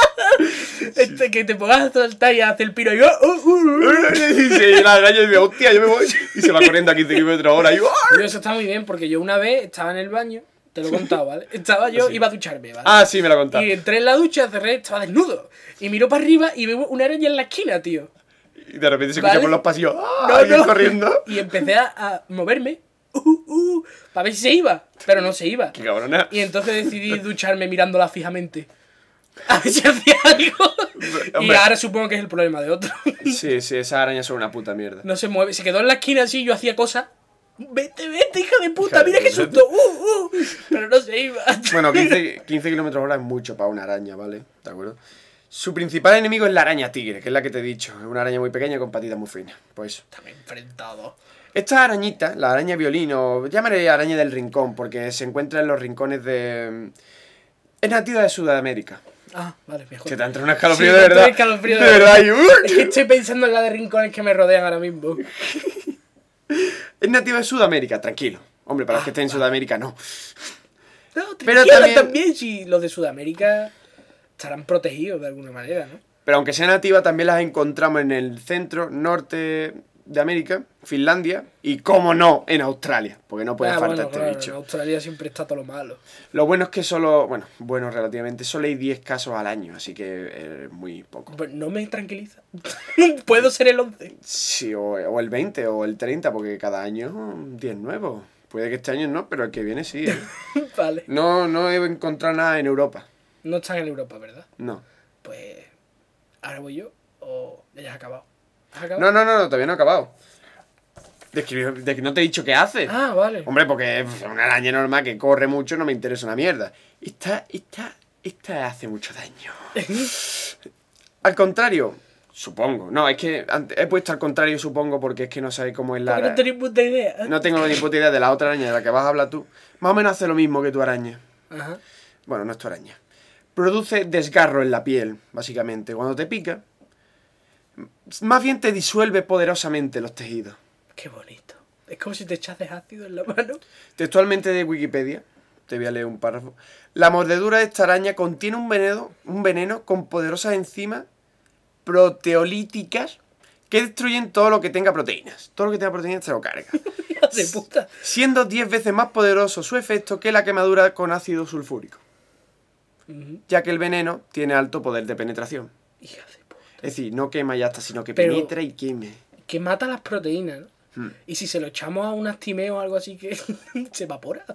Este, que te pongas a saltar y a hacer el piro y yo. ¡uh, uh, uh! y se- la araña dice, hostia, yo me voy. Y se va corriendo a 15 kilómetros hora. Y, Yo, eso está muy bien, porque yo una vez estaba en el baño, te lo he contado, ¿vale? Estaba yo, iba a ducharme, ¿vale? Ah, sí, me lo contaste. y entré en la ducha, cerré, estaba desnudo. Y miró para arriba y veo una araña en la esquina, tío. Y de repente se escucha ¿Vale? por los pasillos. ¡Ah! No, alguien no. corriendo. Y empecé a, a moverme, uh, uh, para ver si se iba, pero no se iba. ¡Qué cabrona! Y entonces decidí ducharme mirándola fijamente. A ver si hacía algo. Y Hombre. ahora supongo que es el problema de otro. Sí, sí, esas arañas son una puta mierda. No se mueve, se quedó en la esquina así, yo hacía cosas. Vete, vete, hija de puta, Hija de mira qué puta. susto. Uh, uh. Pero no se iba. Bueno, 15, 15 kilómetros hora es mucho para una araña, ¿vale? ¿De acuerdo? Su principal enemigo es la araña tigre, que es la que te he dicho. Es una araña muy pequeña con patitas muy finas. Pues eso. Estaba enfrentado. Esta arañita, la araña violín, o llamaré araña del rincón, porque se encuentra en los rincones de... mm, Es nativa de Sudamérica. Ah, vale, mejor. Se te entra un escalofrío Sí, de me entra verdad. un escalofrío de de verdad. y, ¡uh! Es que estoy pensando en la de rincones que me rodean ahora mismo. Es nativa de Sudamérica, tranquilo. Hombre, para los que estén en Ah. Sudamérica, no. No, Pero Pero también- también... si los de Sudamérica estarán protegidos de alguna manera, ¿no? Pero aunque sea nativa, también las encontramos en el centro, norte, de América, Finlandia y, como no, en Australia, porque no puede Ah, faltar bueno, este claro, bicho. En Australia siempre está todo lo malo. Lo bueno es que solo, bueno, bueno, relativamente, solo hay 10 casos al año, así que es muy poco. Pues no me tranquiliza. Puedo ser el 11. Sí, o, o el 20 o el 30, porque cada año 10 nuevos. Puede que este año no, pero el que viene sí. ¿eh? vale. No, no he encontrado nada en Europa, No están en Europa, ¿verdad? no. Pues. Ahora voy yo. O. Ya has acabado. ¿Has acabado? No, no, no, no, todavía no he acabado. Describí- de que no te he dicho qué hace. Ah, vale. Hombre, porque es una araña normal que corre mucho no me interesa una mierda. Esta, esta, esta hace mucho daño. al contrario, supongo. No, es que ante- he puesto al contrario, supongo, porque es que no sabéis cómo es la. Porque no ara- tenéis puta idea. eh. No tengo ni puta idea de la otra araña de la que vas a hablar tú. Más o menos hace lo mismo que tu araña. Ajá. Bueno, no es tu araña. Produce desgarro en la piel, básicamente. Cuando te pica, más bien te disuelve poderosamente los tejidos. Qué bonito. Es como si te echases ácido en la mano. Textualmente de Wikipedia, te voy a leer un párrafo. La mordedura de esta araña contiene un veneno, un veneno con poderosas enzimas proteolíticas que destruyen todo lo que tenga proteínas. Todo lo que tenga proteínas se lo carga. Hija de puta. Siendo 10 veces más poderoso su efecto que la quemadura con ácido sulfúrico, Ujú. ya que el veneno tiene alto poder de penetración. Hija de puta. Es decir, no quema y ya está, sino que Pero- penetra y queme. Que mata las proteínas, ¿no? Hmm. Y si se lo echamos a un astimeo o algo así que se evapora.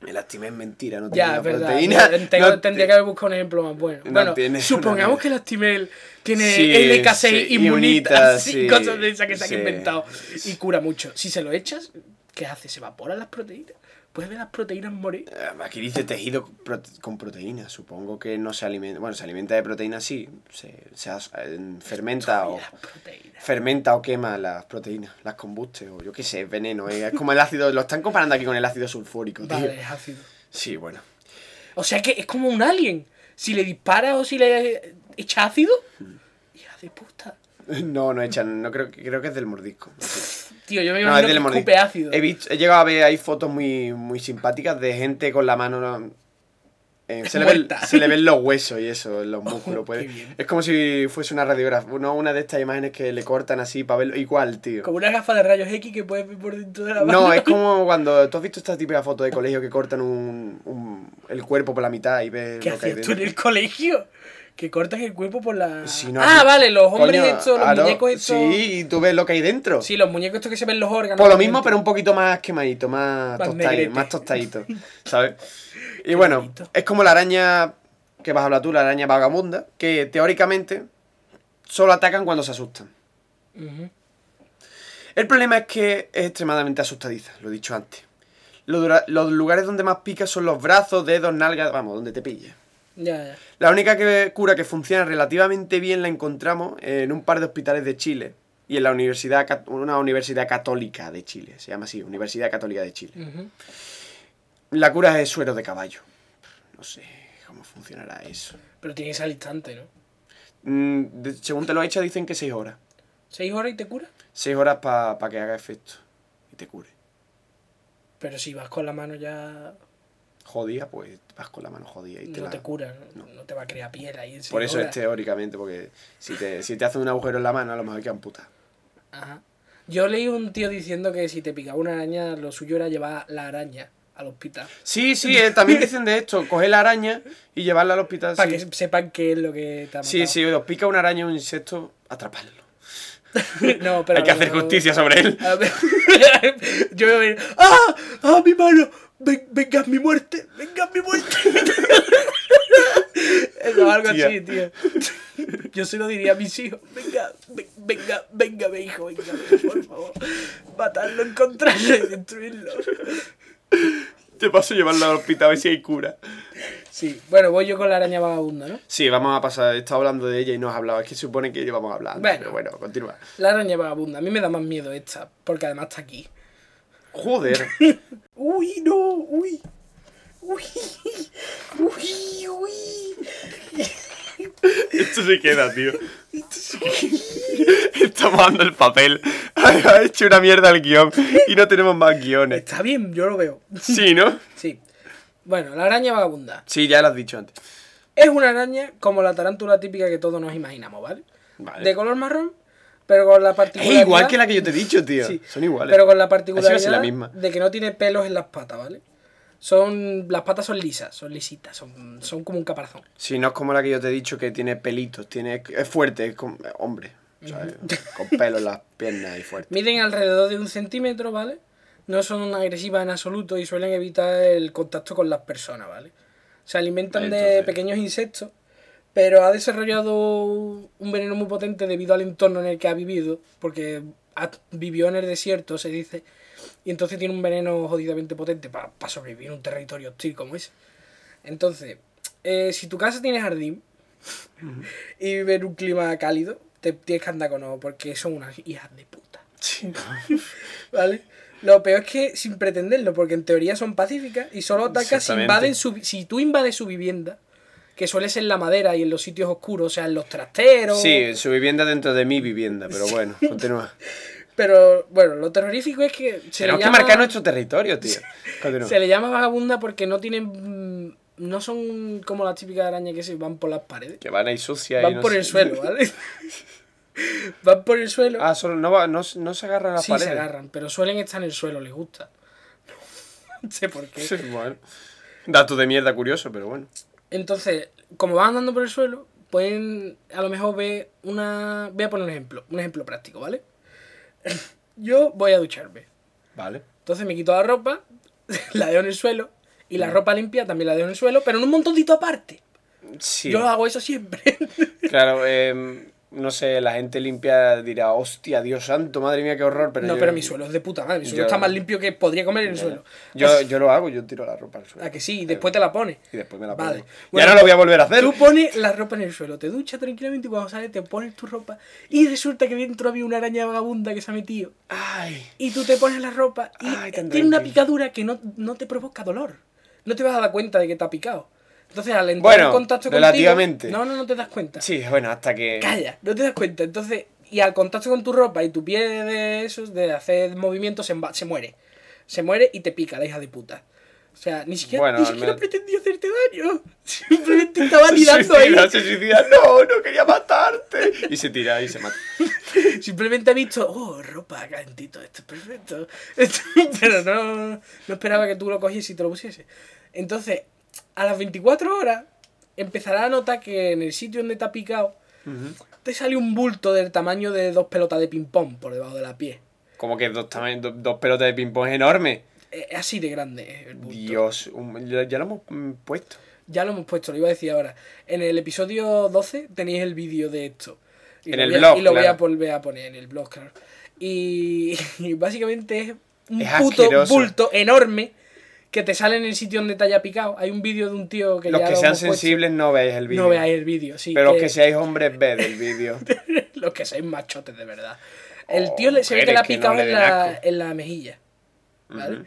Me lastimé, es mentira, no tiene Ya, la es verdad. proteína. Yo tengo- no tendría que te- haber buscado un ejemplo más bueno. No bueno, tiene supongamos una- que el Astimel tiene Sí, LK6 inmunitas sí, inmunita, y sí, cosas de esas que se sí. han inventado y cura mucho. Si se lo echas, ¿qué hace? ¿Se evaporan las proteínas? ¿Puedes ver las proteínas morir? Eh, Aquí dice tejido con prote- con proteína. Supongo que no se alimenta. Bueno, se alimenta de proteína, sí. Se, se as- eh, fermenta Y o. las proteínas. Fermenta o quema las proteínas, las combuste, o yo qué sé, es veneno. eh, Es como el ácido. Lo están comparando aquí con el ácido sulfúrico, tío. Vale, es ácido. Sí, bueno. O sea que es como un alien. Si le disparas o si le echas ácido, Hmm. hija de puta. No, no echan. No creo, que- creo que es del mordisco. Tío, yo me No, es imagino del que mordisco. escupe ácido. He, visto- he llegado a ver ahí fotos muy, muy simpáticas de gente con la mano. eh, se, le ven, Muerta. se le ven los huesos y eso, los músculos. qué puede- bien. es como si fuese una radiografía, no una de estas imágenes que le cortan así para verlo. Igual, tío. Como una gafa de rayos X que puedes ver por dentro de la mano. No, es como cuando tú has visto esta típica foto de colegio que cortan un, un- el cuerpo por la mitad y ves ¿Qué lo que hay hacías tú en dentro. el colegio? Que cortas el cuerpo por la. Si no has ah, visto- vale, los hombres Coño, estos, los claro, muñecos estos. Sí, y tú ves lo que hay dentro. Sí, los muñecos estos que se ven los órganos. Por lo por mismo, pero dentro. un poquito más quemadito, más, Más tostadito, negrete. más tostadito, ¿sabes? Y bueno, bonito. es como la araña que vas a hablar tú, la araña vagabunda, que teóricamente solo atacan cuando se asustan. Ujú. El problema es que es extremadamente asustadiza, lo he dicho antes. Lo dura- los lugares donde más pica son los brazos, dedos, nalgas, vamos, donde te pille. Ya, ya. La única que- cura que funciona relativamente bien la encontramos en un par de hospitales de Chile y en la universidad, cat- una universidad católica de Chile, se llama así, Universidad Católica de Chile. Ujú. La cura es suero de caballo. No sé cómo funcionará eso. Pero tiene que ser al instante, ¿no? Mm, de- según te lo echa, dicen que 6 horas. ¿Seis horas y te cura? 6 horas para que haga efecto y te cure. Pero si vas con la mano ya. Jodida, pues vas con la mano jodida y te no la- te cura, ¿no? No te va a crear piel ahí en seis Por eso este horas. es teóricamente, porque si te, si te hacen un agujero en la mano, a lo mejor hay que amputar. Ajá. Yo leí un tío diciendo que si te picaba una araña, lo suyo era llevar la araña al hospital. Sí, sí, eh, también dicen de esto: coger la araña y llevarla al hospital. Para sí. que sepan qué es lo que te ha Sí, matado. si os pica una araña o un insecto, atrapadlo. No, pero Hay que a lo hacer mejor- justicia sobre él. A ver, Yo voy a ver, ¡ah! ¡ah, mi mano! Ven- ¡Venga mi muerte! ¡Venga mi muerte! Eso, algo Tía. así, tío. Yo se lo diría a mis hijos. Venga, ve- venga, venga, mi hijo, venga, por favor. Matarlo, encontrarlo y destruirlo. Te paso a llevarla al hospital a ver si hay cura. Sí, bueno, voy yo con la araña vagabunda, ¿no? Sí, vamos a pasar. He estado hablando de ella y no has hablado. Es que supone que llevamos hablando. Bueno. Pero bueno, continúa. La araña vagabunda, a mí me da más miedo esta, porque además está aquí. Joder. Uy, no, uy. Uy, uy, uy. Esto se queda, tío. Esto se queda. Estamos dando el papel. Ha hecho una mierda el guión. Y no tenemos más guiones. Está bien, yo lo veo. Sí, ¿no? Sí. Bueno, la araña vagabunda. Sí, ya lo has dicho antes. Es una araña como la tarántula típica que todos nos imaginamos, ¿vale? Vale. De color marrón, Pero con la particularidad. Es igual que la que yo te he dicho, tío. Sí. Son iguales. Pero con la Así va a particularidad ser la misma. de que no tiene pelos en las patas, ¿vale? Son. Las patas son lisas, son lisitas, son, son como un caparazón. Si no es como la que yo te he dicho que tiene pelitos, tiene es fuerte, es como- eh, hombre, ¿sabes? con pelo en las piernas y fuerte. Miden alrededor de un centímetro, ¿vale? No son agresivas en absoluto y suelen evitar el contacto con las personas, ¿vale? Se alimentan de Entonces- pequeños insectos, pero ha desarrollado un veneno muy potente debido al entorno en el que ha vivido, porque ha- vivió en el desierto, se dice, y entonces tiene un veneno jodidamente potente para sobrevivir en un territorio hostil como ese. Entonces, eh, si tu casa tiene jardín y vive en un clima cálido, te tienes que andar con ojo, porque son unas hijas de puta. Sí. ¿Vale? Lo peor es que sin pretenderlo, porque en teoría son pacíficas y solo atacan si, Exactamente. invaden su, vi- si tú invades su vivienda, que suele ser la madera y en los sitios oscuros, o sea, en los trasteros. Sí, en su vivienda dentro de mi vivienda, pero bueno, continúa. Pero bueno, lo terrorífico es que se le, Tenemos llama, que marcar nuestro territorio, tío. Continúa. se le llama vagabunda porque no tienen. mm, No son como las típicas arañas que se van por las paredes. Que van ahí sucias y Van no por sé- el suelo, ¿vale? van por el suelo. Ah, solo no, va- no, no se agarran a las sí, paredes. se agarran, pero suelen estar en el suelo, les gusta. no sé por qué. Sí, bueno. Dato de mierda curioso, pero bueno. Entonces, como van andando por el suelo, pueden a lo mejor ver una... Voy a poner un ejemplo, un ejemplo práctico, ¿vale? Yo voy a ducharme. Vale. Entonces me quito la ropa, la dejo en el suelo, y Mm. la ropa limpia también la dejo en el suelo, pero en un montoncito aparte. Sí. Yo hago eso siempre. Claro, eh, no sé, la gente limpia dirá, hostia, Dios santo, madre mía, qué horror. Pero no, yo- pero mi suelo es de puta madre. Mi suelo Yo- está más limpio que podría comer en el Ya, suelo. ya. Yo, Así- yo lo hago, yo tiro la ropa al suelo. a que sí, y después te la pones. Y después me la Vale. pongo. Bueno, ya no lo voy a volver a hacer. Tú pones la ropa en el suelo, te duchas tranquilamente y cuando sales te pones tu ropa. Y resulta que dentro había una araña vagabunda que se ha metido. Ay. y tú te pones la ropa y Ay, tan tiene una tranquilo. picadura que no, no te provoca dolor. No te vas a dar cuenta de que te ha picado. Entonces, al entrar Bueno, en contacto relativamente. contigo... No, no, no te das cuenta. Sí, bueno, hasta que. Calla, no te das cuenta. Entonces, y al contacto con tu ropa y tu piel de esos, de hacer movimientos, se, emba- se muere. Se muere y te pica la hija de puta. O sea, ni siquiera, Bueno, ni al siquiera menos- pretendí hacerte daño. Simplemente estaba Se mirando ahí. suicida, se suicida. No, no quería matarte. Y se tira y se mata. Simplemente ha visto, oh, ropa, calentito, esto es perfecto. Pero no, no esperaba que tú lo cogiese y te lo pusiese. Entonces, a las 24 horas, empezará a notar que en el sitio donde te ha picado, te sale un bulto del tamaño de dos pelotas de ping-pong por debajo de la piel. Como que dos, tama- do- dos pelotas de ping-pong enormes. Eh, Es así de grande eh, el bulto. Dios, un- ya, ya lo hemos mm, puesto. Ya lo hemos puesto, lo iba a decir ahora. En el episodio 12 tenéis el vídeo de esto. Y En lo el voy a- blog, Y lo voy a claro. volver a poner en el blog, claro. Y, y básicamente es un Es puto asqueroso. bulto enorme que te sale en el sitio donde te haya picado. Hay un vídeo de un tío que Los ya que lo sean hemos puesto. sensibles no veáis el vídeo. No veáis el vídeo, sí. Pero los que- que seáis hombres, ved el vídeo. los que sean machotes, de verdad. El tío le, se ve que Oh, mujeres le ha que no picado le en, den la, asco. en la mejilla. ¿Vale? Ujú.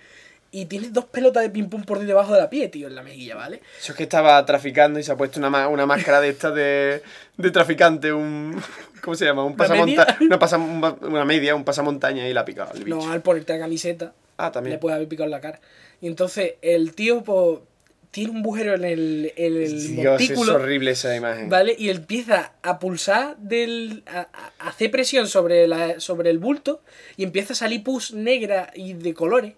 Y tiene dos pelotas de ping-pong por debajo de la piel, tío, en la mejilla, ¿vale? Eso es que estaba traficando y se ha puesto una, ma- una máscara de esta de, de traficante, un. ¿Cómo se llama? Un ¿Una pasamonta media? una, pasa- un ba- una media, un pasamontaña y la ha picado el bicho. No, al ponerte la camiseta. ah, también. le puede haber picado en la cara. Y entonces el tío pues, tiene un bujero en el, en el Dios, es montículo, horrible esa imagen. ¿vale? Y empieza a pulsar del... A, a- a hacer presión sobre, la, sobre el bulto y empieza a salir pus negra y de colores.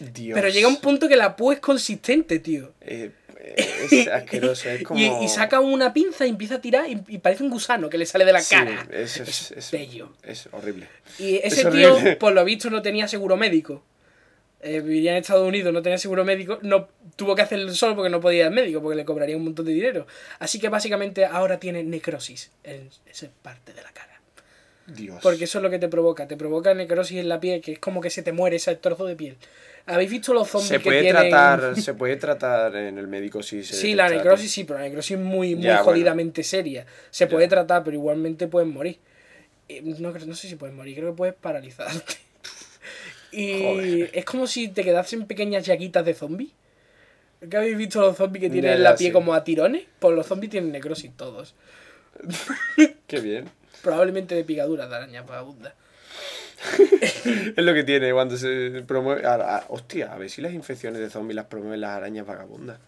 Dios. Pero llega un punto que la pus es consistente, tío. Eh, eh, es asqueroso, es como. Y, y saca una pinza y empieza a tirar y, y parece un gusano que le sale de la Sí, cara. eso es, es- bello. Es horrible. Y ese Es tío, horrible. por lo visto, no tenía seguro médico. Eh, vivía en Estados Unidos, no tenía seguro médico. No tuvo que hacerlo solo porque no podía ir al médico, porque le cobraría un montón de dinero. Así que básicamente ahora tiene necrosis en esa parte de la cara. Dios. Porque eso es lo que te provoca. Te provoca necrosis en la piel, que es como que se te muere ese trozo de piel. ¿Habéis visto los zombies se que puede tienen- tratar, se puede tratar en el médico si se Sí, la detecta. necrosis sí, pero la necrosis muy, muy Ya, bueno. jodidamente seria. Se puede tratar, pero igualmente pueden morir. Eh, No, creo- no sé si puedes morir, creo que puedes paralizarte. Y Joder. es como si te quedasen pequeñas llaguitas de zombies. ¿Qué habéis visto los zombies que tienen Ya, la ya, piel sí. como a tirones? Pues los zombies tienen necrosis todos. Qué bien. Probablemente de picaduras de arañas vagabundas. Es lo que tiene cuando se promueve. Ahora, ah, hostia, a ver si las infecciones de zombies las promueven las arañas vagabundas.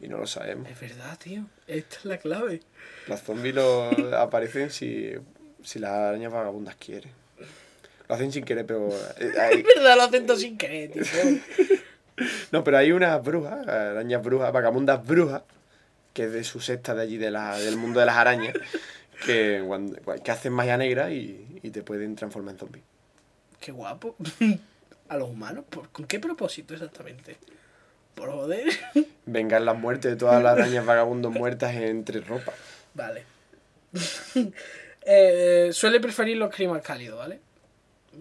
Y no lo sabemos. Es verdad, tío. Esta es la clave. Las zombies lo aparecen si Si las arañas vagabundas quieren. Lo hacen sin querer, pero. eh, hay- Es verdad, lo hacen todo sin querer, tío. no, pero hay unas brujas, arañas brujas, vagabundas brujas, que es de su secta de allí, de la, del mundo de las arañas, que, cuando- que hacen magia negra y, y te pueden transformar en zombie. Qué guapo. A los humanos, ¿por- ¿con qué propósito exactamente? Por joder. Vengar las muertes de todas las arañas vagabundos muertas entre ropa. Vale. Eh, suele preferir los climas cálidos, ¿vale?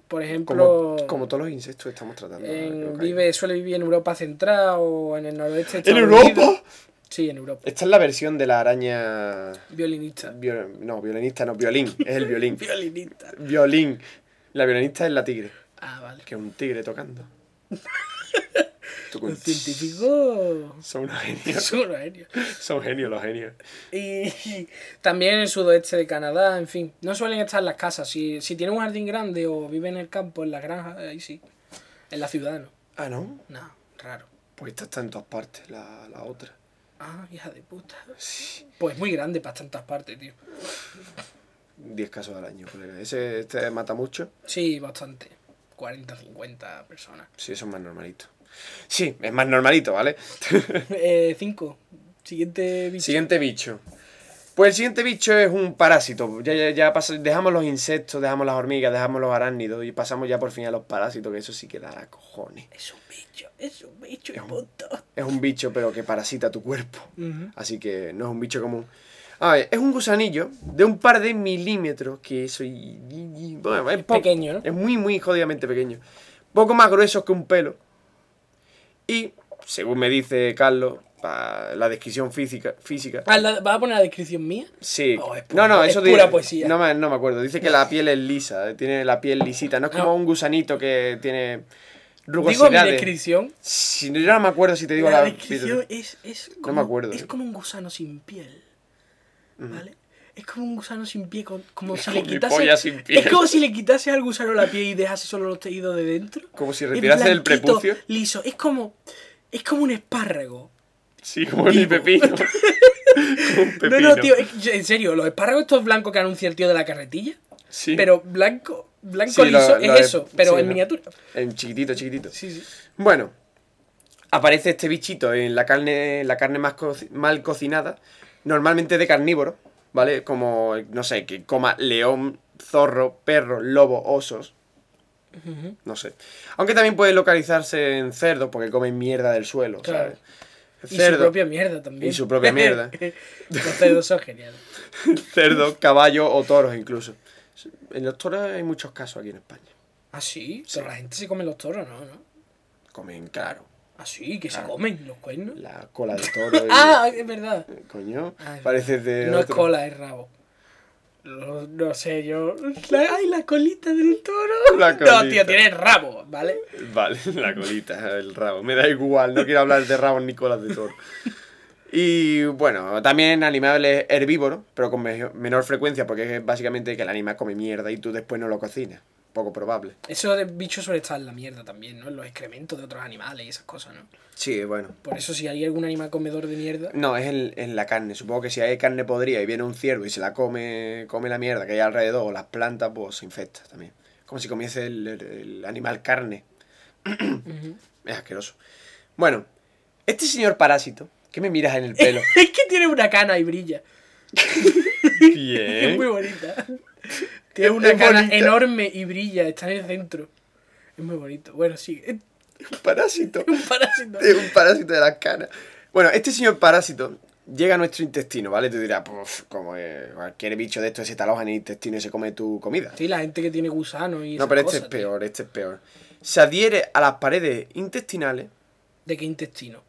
Por ejemplo, Como, como todos los insectos que estamos tratando. en- creo que hay. vive, suele vivir en Europa central o en el noroeste. de ¿En Estados Unidos. Europa? Sí, en Europa. Esta es la versión de la araña. Violinista. viol- No, violinista, no, violín. Es el violín. Violinista. Violín. La violinista es la tigre. Ah, vale. Que es un tigre tocando. Los científicos Son unos genios. son unos genios. Son genios los genios. Y también en el sudoeste de Canadá, en fin. No suelen estar en las casas. Si, si tienen un jardín grande o viven en el campo, en la granja, ahí sí. En la ciudad no. Ah, ¿no? No, raro. Pues esta está en todas partes, la, la otra. Ah, hija de puta. Pues muy grande para tantas partes, tío. 10 casos al año, colega. Ese este mata mucho. Sí, bastante. 40, 50 personas. Sí, eso es más normalito. Sí, es más normalito, ¿vale? Eh, cinco. Siguiente bicho. Siguiente bicho. Pues el siguiente bicho es un parásito. Ya, ya, ya pasa- dejamos los insectos, dejamos las hormigas, dejamos los arácnidos y pasamos ya por fin a los parásitos, que eso sí que da cojones. Es un bicho, es un bicho y un- punto. Es un bicho, pero que parasita tu cuerpo. Ujú. Así que no es un bicho común. A ver, es un gusanillo de un par de milímetros, que eso... y- y- y- bueno, es po- pequeño, ¿no? Es muy, muy jodidamente pequeño. Poco más gruesos que un pelo. Y, según me dice Carlos, pa- la descripción física... física Ah, la- ¿Vas a poner la descripción mía? Sí. Oh, es no, no, pura- eso es pura dice- poesía. No me, no me acuerdo. Dice que la piel es lisa, eh, tiene la piel lisita. No es como No. un gusanito que tiene Digo mi rugosidades. descripción. Si- yo no me acuerdo si te digo la la, descripción es, es como, me acuerdo. eh. Es como un gusano sin piel. ¿Vale? Es como un gusano sin pie, con- como si le mi quitase. polla sin piel. Es como si le quitase al gusano la piel y dejase solo los tejidos de dentro. Como si Es retirase el blanquito, prepucio. Liso. Es como. Es como un espárrago. Sí, como mi Digo. pepino. Como un No, no, pepino. tío, es- en serio, los espárragos estos blancos que anuncia el tío de la carretilla, Sí. pero blanco, blanco Sí, lo- liso lo es de- eso, pero sí, en no. miniatura. En chiquitito, chiquitito. Sí, sí. Bueno, aparece este bichito en la carne, la carne más co- mal cocinada, normalmente de carnívoro, ¿vale? Como, no sé, que coma león, zorro, perro, lobo, osos. No sé. Aunque también puede localizarse en cerdos porque comen mierda del suelo, Claro. ¿sabes? Y Cerdo, su propia mierda también. Y su propia mierda. los cerdos son geniales. cerdo, caballo o toros incluso. En los toros hay muchos casos aquí en España. Ah, sí, pero la gente se come los toros, ¿no? ¿No? Comen, claro, Ah, sí, que se Claro. comen los cuernos. la cola del toro. y- Ah, es verdad. Coño, Ah, es parece de No es Eh, otro- cola, es rabo. No, no sé, yo. La- ay, la colita del toro. La No, colita. tío, tiene rabo, ¿vale? Vale, la colita, el rabo. Me da igual, no quiero hablar de rabos ni colas de toro. Y bueno, también animales herbívoros, pero con mejo- menor frecuencia, porque es básicamente que el animal come mierda y tú después no lo cocinas. Poco probable. Eso de bicho suele estar en la mierda también, ¿no? En los excrementos de otros animales y esas cosas, ¿no? Sí, bueno. Por eso, si hay algún animal comedor de mierda. No, es en, en la carne. Supongo que si hay carne podrida y viene un ciervo y se la come, come la mierda que hay alrededor o las plantas, pues se infecta también. Como si comiese el, el- el animal carne. Es asqueroso. Bueno, este señor parásito, ¿qué me miras en el pelo? Es que tiene una cana y brilla. Es muy Bien. bonita. Tiene ¿Eh? Es una cana bonita. enorme y brilla, está en el centro. Es muy bonito. Bueno, sí, es Parásito. un parásito. Es un parásito de las canas. Bueno, este señor parásito llega a nuestro intestino, ¿vale? Tú dirás, pues, como eh, cualquier bicho de estos se te aloja en el intestino y se come tu comida. Sí, la gente que tiene gusanos y No, esas pero este cosas, es peor, este es peor. Se adhiere a las paredes intestinales tío. ¿De qué intestino?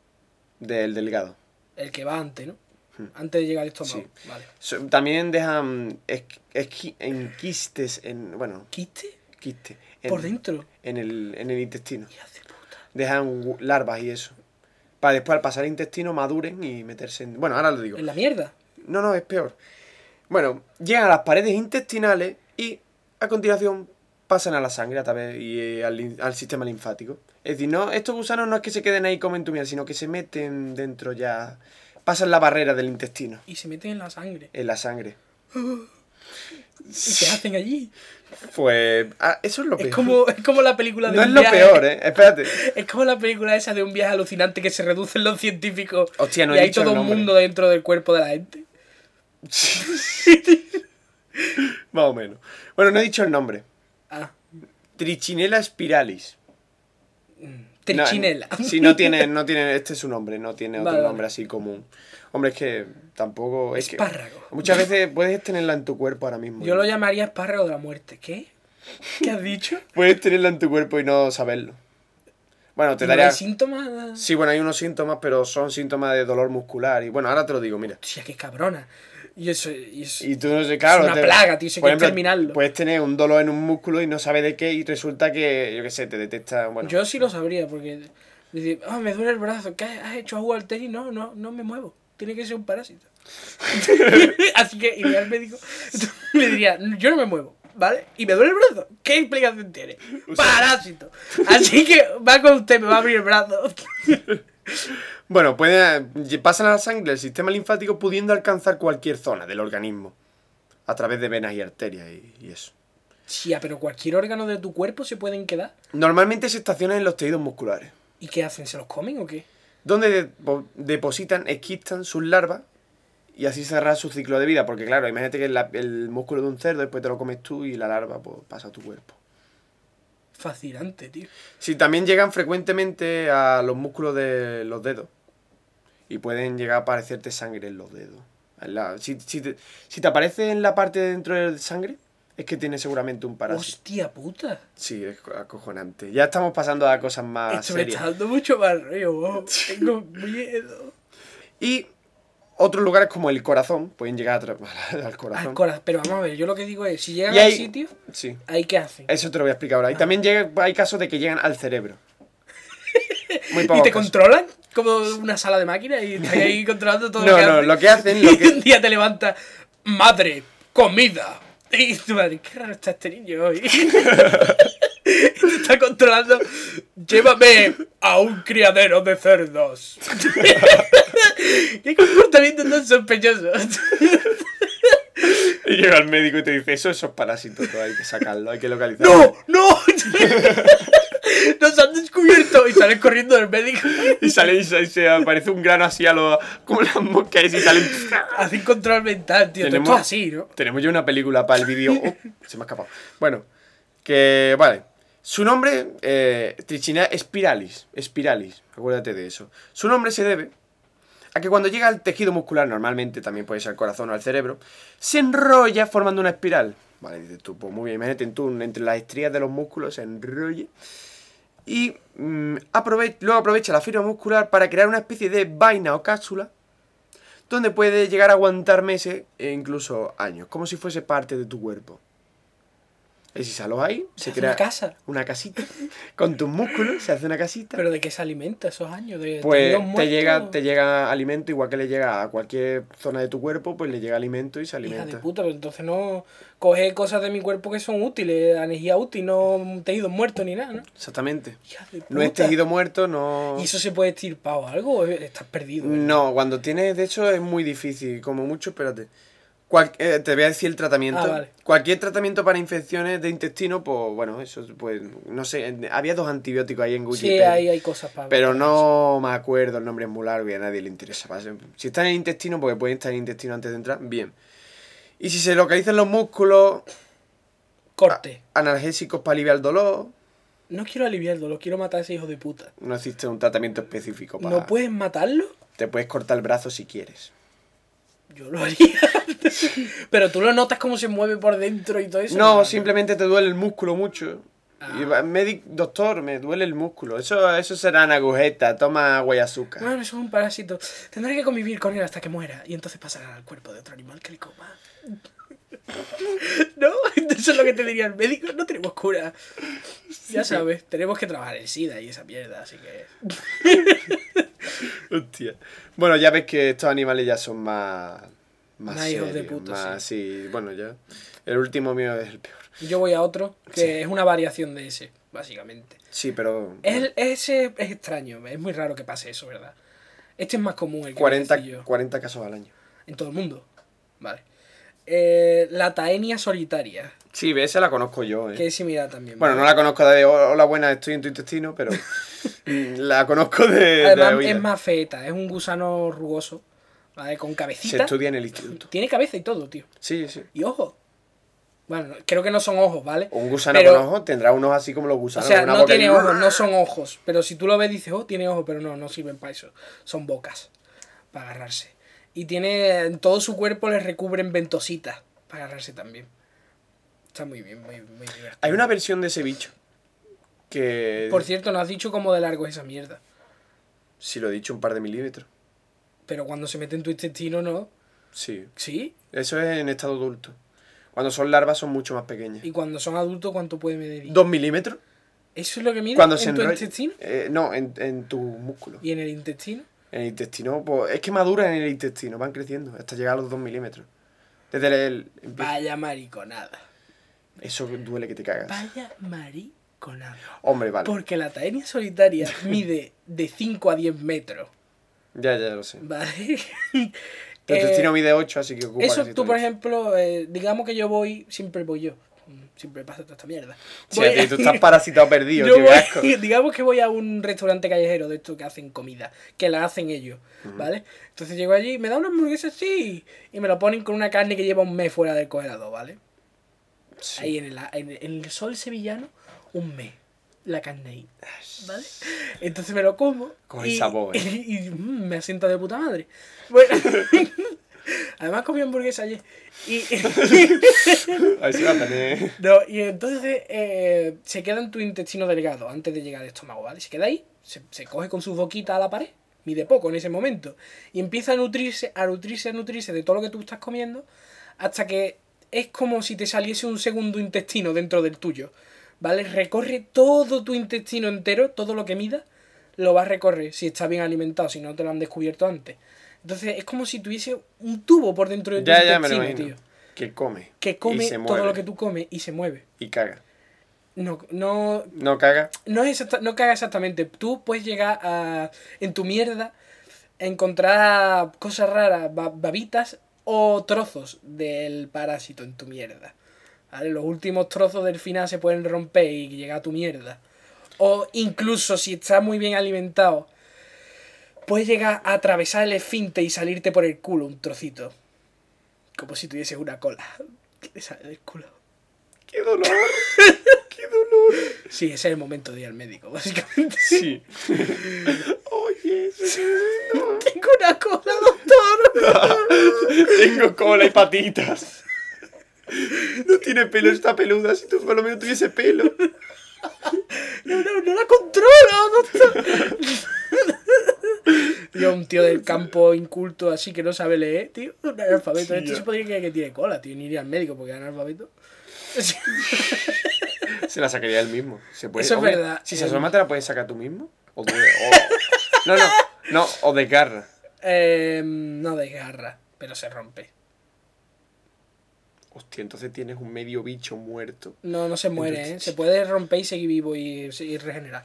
del delgado. El que va antes, ¿no? Hmm. Antes de llegar al estómago. Vale. So- También mm, dejan esqui- esqui- enquistes en. Bueno, ¿Quiste? quiste. Por dentro. En el, en el intestino. Hija de puta. Dejan gu- larvas y eso. Para después al pasar el intestino maduren y meterse en. Bueno, ahora lo digo. En la mierda. No, no, es peor. Bueno, llegan a las paredes intestinales y a continuación pasan a la sangre a través y eh, al, lin- al sistema linfático. Es decir, no, estos gusanos no es que se queden ahí comen tu miel, sino que se meten dentro ya. Pasan la barrera del intestino Y se meten en la sangre. en la sangre. ¿Qué hacen allí? Pues ah, eso es lo peor. Es como, es como la película de no un es lo viaje- peor, ¿eh? Espérate. Es como la película esa de un viaje alucinante que se reducen los científicos Hostia, no y he hay dicho el todo un nombre. mundo dentro del cuerpo de la gente. Más o menos. Bueno, no he dicho el nombre. Ah, Trichinella spiralis. trichinela. No, sí, no tiene, no tiene, este es su nombre, no tiene otro Vale, vale. nombre así común. Hombre, es que tampoco es que- Espárrago. muchas veces puedes tenerla en tu cuerpo ahora mismo. Yo lo llamaría espárrago de la muerte. ¿Qué? ¿Qué has dicho? Puedes tenerla en tu cuerpo y no saberlo. Bueno, te ¿Y no hay daría... síntomas? Sí, bueno, hay unos síntomas, pero son síntomas de dolor muscular. Y bueno, ahora te lo digo, mira. Hostia, qué cabrona. Y eso, y eso- Y tú no sé, claro. una plaga, tío, eso hay por que exterminarlo. Puedes tener un dolor en un músculo y no sabes de qué y resulta que, yo qué sé, te detecta. Bueno, Yo sí lo sabría, porque decir, ah, me duele el brazo, ¿qué has hecho? ¿Has jugado al tenis? No, no, no me muevo. Tiene que ser un parásito. Así que iría al médico y le diría, yo no me muevo, ¿vale? Y me duele el brazo. ¿Qué explicación tiene? Parásito. Así que va con usted, me va a abrir el brazo. bueno puede, pasan a la sangre el sistema linfático pudiendo alcanzar cualquier zona del organismo a través de venas y arterias y, y eso. Tía, pero cualquier órgano de tu cuerpo se pueden quedar. Normalmente se estacionan en los tejidos musculares, ¿Y qué hacen? ¿Se los comen o qué? donde depo- depositan, esquistan sus larvas y así cerrar su ciclo de vida. Porque claro, imagínate que la- el músculo de un cerdo después te lo comes tú y la larva pues, pasa a tu cuerpo. Fascinante, tío. Sí, también llegan frecuentemente a los músculos de los dedos. Y pueden llegar a aparecerte sangre en los dedos. En la- si, si te, si te aparece en la parte de dentro de sangre, es que tienes seguramente un parásito. Hostia puta. Sí, es co- acojonante. Ya estamos pasando a cosas más Esto me está serias. dando mucho más rollo. wow. Tengo miedo. Y otros lugares como el corazón, pueden llegar a tra- al corazón. Al corazón. Pero vamos a ver, yo lo que digo es, si llegan Y al hay- sitio, Ah. Sí, ¿ahí qué hacen? eso te lo voy a explicar ahora. Y también llega, hay casos de que llegan al cerebro. Muy ¿Y pocos te casos. controlan? Como una sala de máquinas y están ahí controlando todo No, lo que no, hacen. lo que hacen, lo Y que- un día te levanta, madre, comida. Y tu madre, qué raro está este niño hoy. y te está controlando, llévame a un criadero de cerdos. qué comportamiento tan sospechoso. Y llega al médico y te dice, eso, esos parásitos, todo, hay que sacarlo, hay que localizarlo. ¡No! ¡No! ¡Nos han descubierto! Y sales corriendo del médico. Y sale y se, se aparece un grano así a los... como las moscas y salen... Hacen control mental, tío. Todo Tenemos- esto es así, ¿no? Tenemos ya una película para el vídeo... Oh, se me ha escapado. Bueno, que... vale. Su nombre, eh, Trichina spiralis, spiralis, acuérdate de eso. Su nombre se debe a que cuando llega al tejido muscular, normalmente también puede ser al corazón o al cerebro, se enrolla formando una espiral. Vale, dices tú, pues muy bien, imagínate tú, entre las estrías de los músculos se enrolla y mm, aprove- luego aprovecha la fibra muscular para crear una especie de vaina o cápsula donde puede llegar a aguantar meses e incluso años, como si fuese parte de tu cuerpo. Y si salo ahí, se hace crea una casa. una casita con tus músculos, se hace una casita. ¿Pero de qué se alimenta esos años? ¿De pues tejidos te llega, muertos? te llega alimento, igual que le llega a cualquier zona de tu cuerpo, pues le llega alimento y se Hija alimenta. de puta, pero entonces no coge cosas de mi cuerpo que son útiles, energía útil, no tejidos muertos ni nada, ¿no? Exactamente. Hija de puta. No es tejido muerto, no. ¿Y eso se puede estirpar o algo? Estás perdido. ¿eh? No, cuando tienes, de hecho, es muy difícil, como mucho, espérate. Cual- eh, te voy a decir el tratamiento. Ah, vale. Cualquier tratamiento para infecciones de intestino, pues bueno, eso, pues, no sé, en- había dos antibióticos ahí en Sí, Wikipedia. ahí hay cosas para... Pero no me acuerdo, el nombre es muy largo y a nadie le interesa. Si está en el intestino, porque pueden estar en el intestino antes de entrar, bien. Y si se localizan los músculos, Corte. analgésicos para aliviar el dolor, No quiero aliviar el dolor, quiero matar a ese hijo de puta. no existe un tratamiento específico para... ¿No puedes matarlo? Te puedes cortar el brazo si quieres. Yo lo haría. pero tú lo notas cómo se mueve por dentro y todo eso. Ah. No, simplemente te duele el músculo mucho. Y va- medic- doctor, me duele el músculo. Eso, eso serán agujetas, toma agua y azúcar. Bueno, eso es un parásito. Tendré que convivir con él hasta que muera. Y entonces pasará al cuerpo de otro animal que le coma. ¿No? Eso es lo que te diría el médico. No tenemos cura. Ya sabes, tenemos que trabajar el SIDA y esa mierda. Así que. Hostia. Bueno, ya ves que estos animales ya son más. Más Más hijos de serios, puta, más- sí, bueno, ya. El último mío es el peor. Yo voy a otro que es una variación de ese, básicamente. Sí, pero. El, ese es extraño. Es muy raro que pase eso, ¿verdad? Este es más común, el que voy a decir 40, yo. 40 casos al año. En todo el mundo. Vale. eh, la taenia solitaria, Sí, ve, esa la conozco yo, eh. que es similar también. Bueno, no ¿vale? la conozco de "Oh, hola buena, estoy en tu intestino, pero mm, la conozco de, de Además oídas. es más feeta, es un gusano rugoso, ¿vale? Con Se cabecita. estudia en el instituto. Tiene cabeza y todo, tío. Sí, sí. Y ojos. Bueno, no- creo que no son ojos, ¿vale? Un gusano Pero- con ojos tendrá unos así como los O gusanos. sea, con una no boca y- tiene ojos, no son ojos. Pero si tú lo ves, dices, oh, tiene ojos, pero no, no sirven para eso. Son bocas para agarrarse. Y tiene, en todo su cuerpo le recubren ventositas para agarrarse también. Está muy bien, muy, muy divertido. Hay una versión de ese bicho que... Por cierto, no has dicho cómo de largo es esa mierda. Si lo he dicho, un par de milímetros. Pero cuando se mete en tu intestino, no. Sí. ¿Sí? Eso es en estado adulto. Cuando son larvas son mucho más pequeñas. Y cuando son adultos, ¿cuánto puede medir? ¿Dos milímetros? ¿Eso es lo que mide Cuando en se tu enrolla... intestino? Eh, no, en, en tus músculos. ¿Y en el intestino? En el intestino, pues, es que maduran en el intestino, van creciendo hasta llegar a los 2 milímetros. Desde el... Vaya mariconada. Eso duele que te cagas. Vaya mariconada. Hombre, vale. Porque la taenia solitaria mide de 5 a 10 metros. Ya, ya lo sé. ¿Vale? Tu Eh, intestino mide 8, así que ocupa Eso casi tú, todo por el- ejemplo, eh, digamos que yo voy, siempre voy yo. Mm, Siempre pasa toda esta mierda. Sí, Voy- a ti, tú estás parasitado perdido, yo tío, qué voy- asco. digamos que voy a un restaurante callejero de estos que hacen comida, que la hacen ellos, ¿vale? Entonces llego allí, me da una hamburguesa así y me lo ponen con una carne que lleva un mes fuera del congelador, ¿vale? Sí. Ahí en el, en el sol sevillano, un mes. La carne ahí. ¿Vale? Entonces me lo como. Con y, sabor, ¿eh? Y, y, mm, me asienta de puta madre. Bueno. Además comí hamburguesa ayer. Y, Ahí se va a tener- no, y entonces eh, se queda en tu intestino delgado antes de llegar al estómago, ¿vale? Se queda ahí, se, se coge con sus boquitas a la pared, mide poco en ese momento, y empieza a nutrirse, a nutrirse, a nutrirse de todo lo que tú estás comiendo, hasta que es como si te saliese un segundo intestino dentro del tuyo, ¿vale? Recorre todo tu intestino entero, todo lo que mida, lo vas a recorrer, si está bien alimentado, si no te lo han descubierto antes. Entonces es como si tuviese un tubo por dentro de tu Ya, ya me lo intestino, imagino. tío. Que come. Que come y se todo mueve, lo que tú comes y se mueve. Y caga. No, no, No caga. no, es exacta- no caga exactamente. Tú puedes llegar a, en tu mierda, a encontrar cosas raras, ba- babitas o trozos del parásito en tu mierda. ¿Vale? Los últimos trozos del final se pueden romper y llegar a tu mierda. O incluso si estás muy bien alimentado, puedes llegar a atravesar el esfínter y salirte por el culo un trocito. Como si tuvieses una cola. Que te sale del culo. ¡Qué dolor! Sí, ese es el momento de ir al médico, básicamente. Sí. Oye, no. Tengo una cola, doctor. tengo cola y patitas. No tiene pelo, está peluda. Si tú por lo menos tuviese pelo. No, no, no la controlo, doctor. Tío, un tío del campo inculto así que no sabe leer, tío. Un analfabeto. Esto Tío. se podría creer que tiene cola, tío. Ni iría al médico porque es analfabeto. Sí. Se la sacaría él mismo. Se puede, Eso es hombre, verdad. Si se Eh, asoma, te la puedes sacar tú mismo. O tú- o- No, no. No, o desgarra. Eh, no desgarra, pero se rompe. Hostia, entonces tienes un medio bicho muerto. No, no se muere, ¿eh? Se puede romper y seguir vivo y, y regenerar.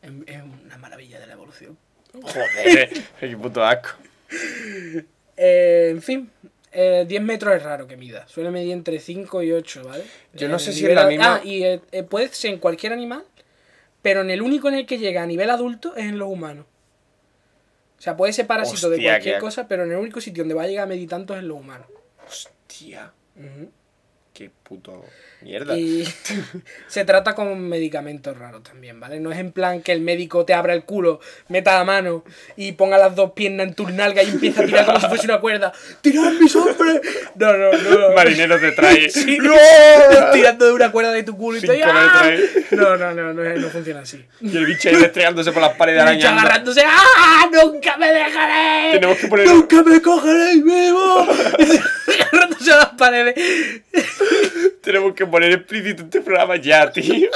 Es, es una maravilla de la evolución. Joder, qué puto asco. Eh, en fin, eh, 10 metros es raro que mida. Suele medir entre 5 y 8, ¿vale? Yo no Eh, sé si nivel es la a- misma- Ah, y eh, eh, puede ser en cualquier animal, pero en el único en el que llega a nivel adulto es en los humanos. O sea, puede ser parásito de Hostia, cualquier qué- cosa, pero en el único sitio donde va a llegar a medir tanto es en los humanos. Hostia, Ujú. qué puto mierda. Y se trata con medicamentos raros también, ¿vale? No es en plan que el médico te abra el culo, meta la mano y ponga las dos piernas en tu nalga y empieza a tirar como si fuese una cuerda. ¡Tirad mis hombres! No, no, no. no. Marinero te trae. Sí. ¡No! tirando de una cuerda de tu culo y Cinco te ¡Ah! metros No, no, no, no, no funciona así. Y el bicho ahí rastreándose por las paredes Mucho arañando. agarrándose, ¡ah! ¡Nunca me dejaré! Tenemos que poner- ¡Nunca me cogeréis vivo! agarrándose a las paredes. Tenemos que poner explícito este programa ya, tío.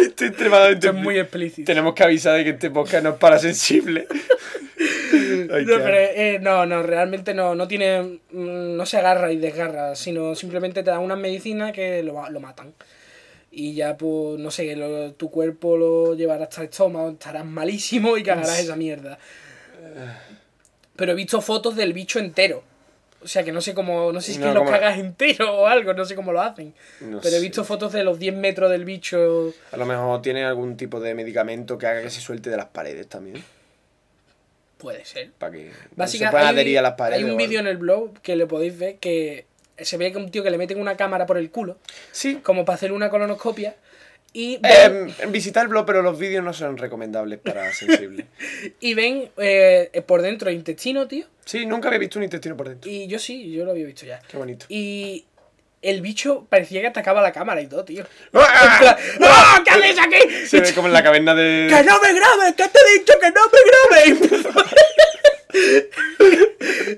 Estoy extremadamente. Esto es muy explícito. Tenemos que avisar de que este podcast no es para sensible. Ay, No, qué pero, eh, no, no, realmente no, no tiene, mm, no se agarra y desgarra, sino simplemente te dan unas medicinas que lo, ma- lo matan. Y ya, pues, no sé, lo- tu cuerpo lo llevará hasta el estómago, estarás malísimo y cagarás esa mierda. Pero he visto fotos del bicho entero. O sea, que no sé cómo, no sé si es que No, lo cómo- cagas entero o algo, no sé cómo lo hacen. No Pero he sé. visto fotos de los 10 metros del bicho. A lo mejor tiene algún tipo de medicamento que haga que se suelte de las paredes también. ¿eh? Puede ser. Para que no se Básicamente, pueda hay, un- adherir a las paredes. hay o un algo. vídeo en el blog que le podéis ver que se ve que un tío que le meten una cámara por el culo, Sí. como para hacer una colonoscopia, y ven, Eh, visitar el blog, pero los vídeos no son recomendables para sensibles. y ven eh, por dentro el intestino, tío. Sí, nunca había visto un intestino por dentro. Y yo sí, yo lo había visto ya. Qué bonito. Y el bicho parecía que atacaba la cámara y todo, tío. En plan, ¡Ah! ¡No! ¿Qué haces aquí? Se ve como en la caverna ¡Que de. no me grabes! ¡Que te he dicho que no me grabes!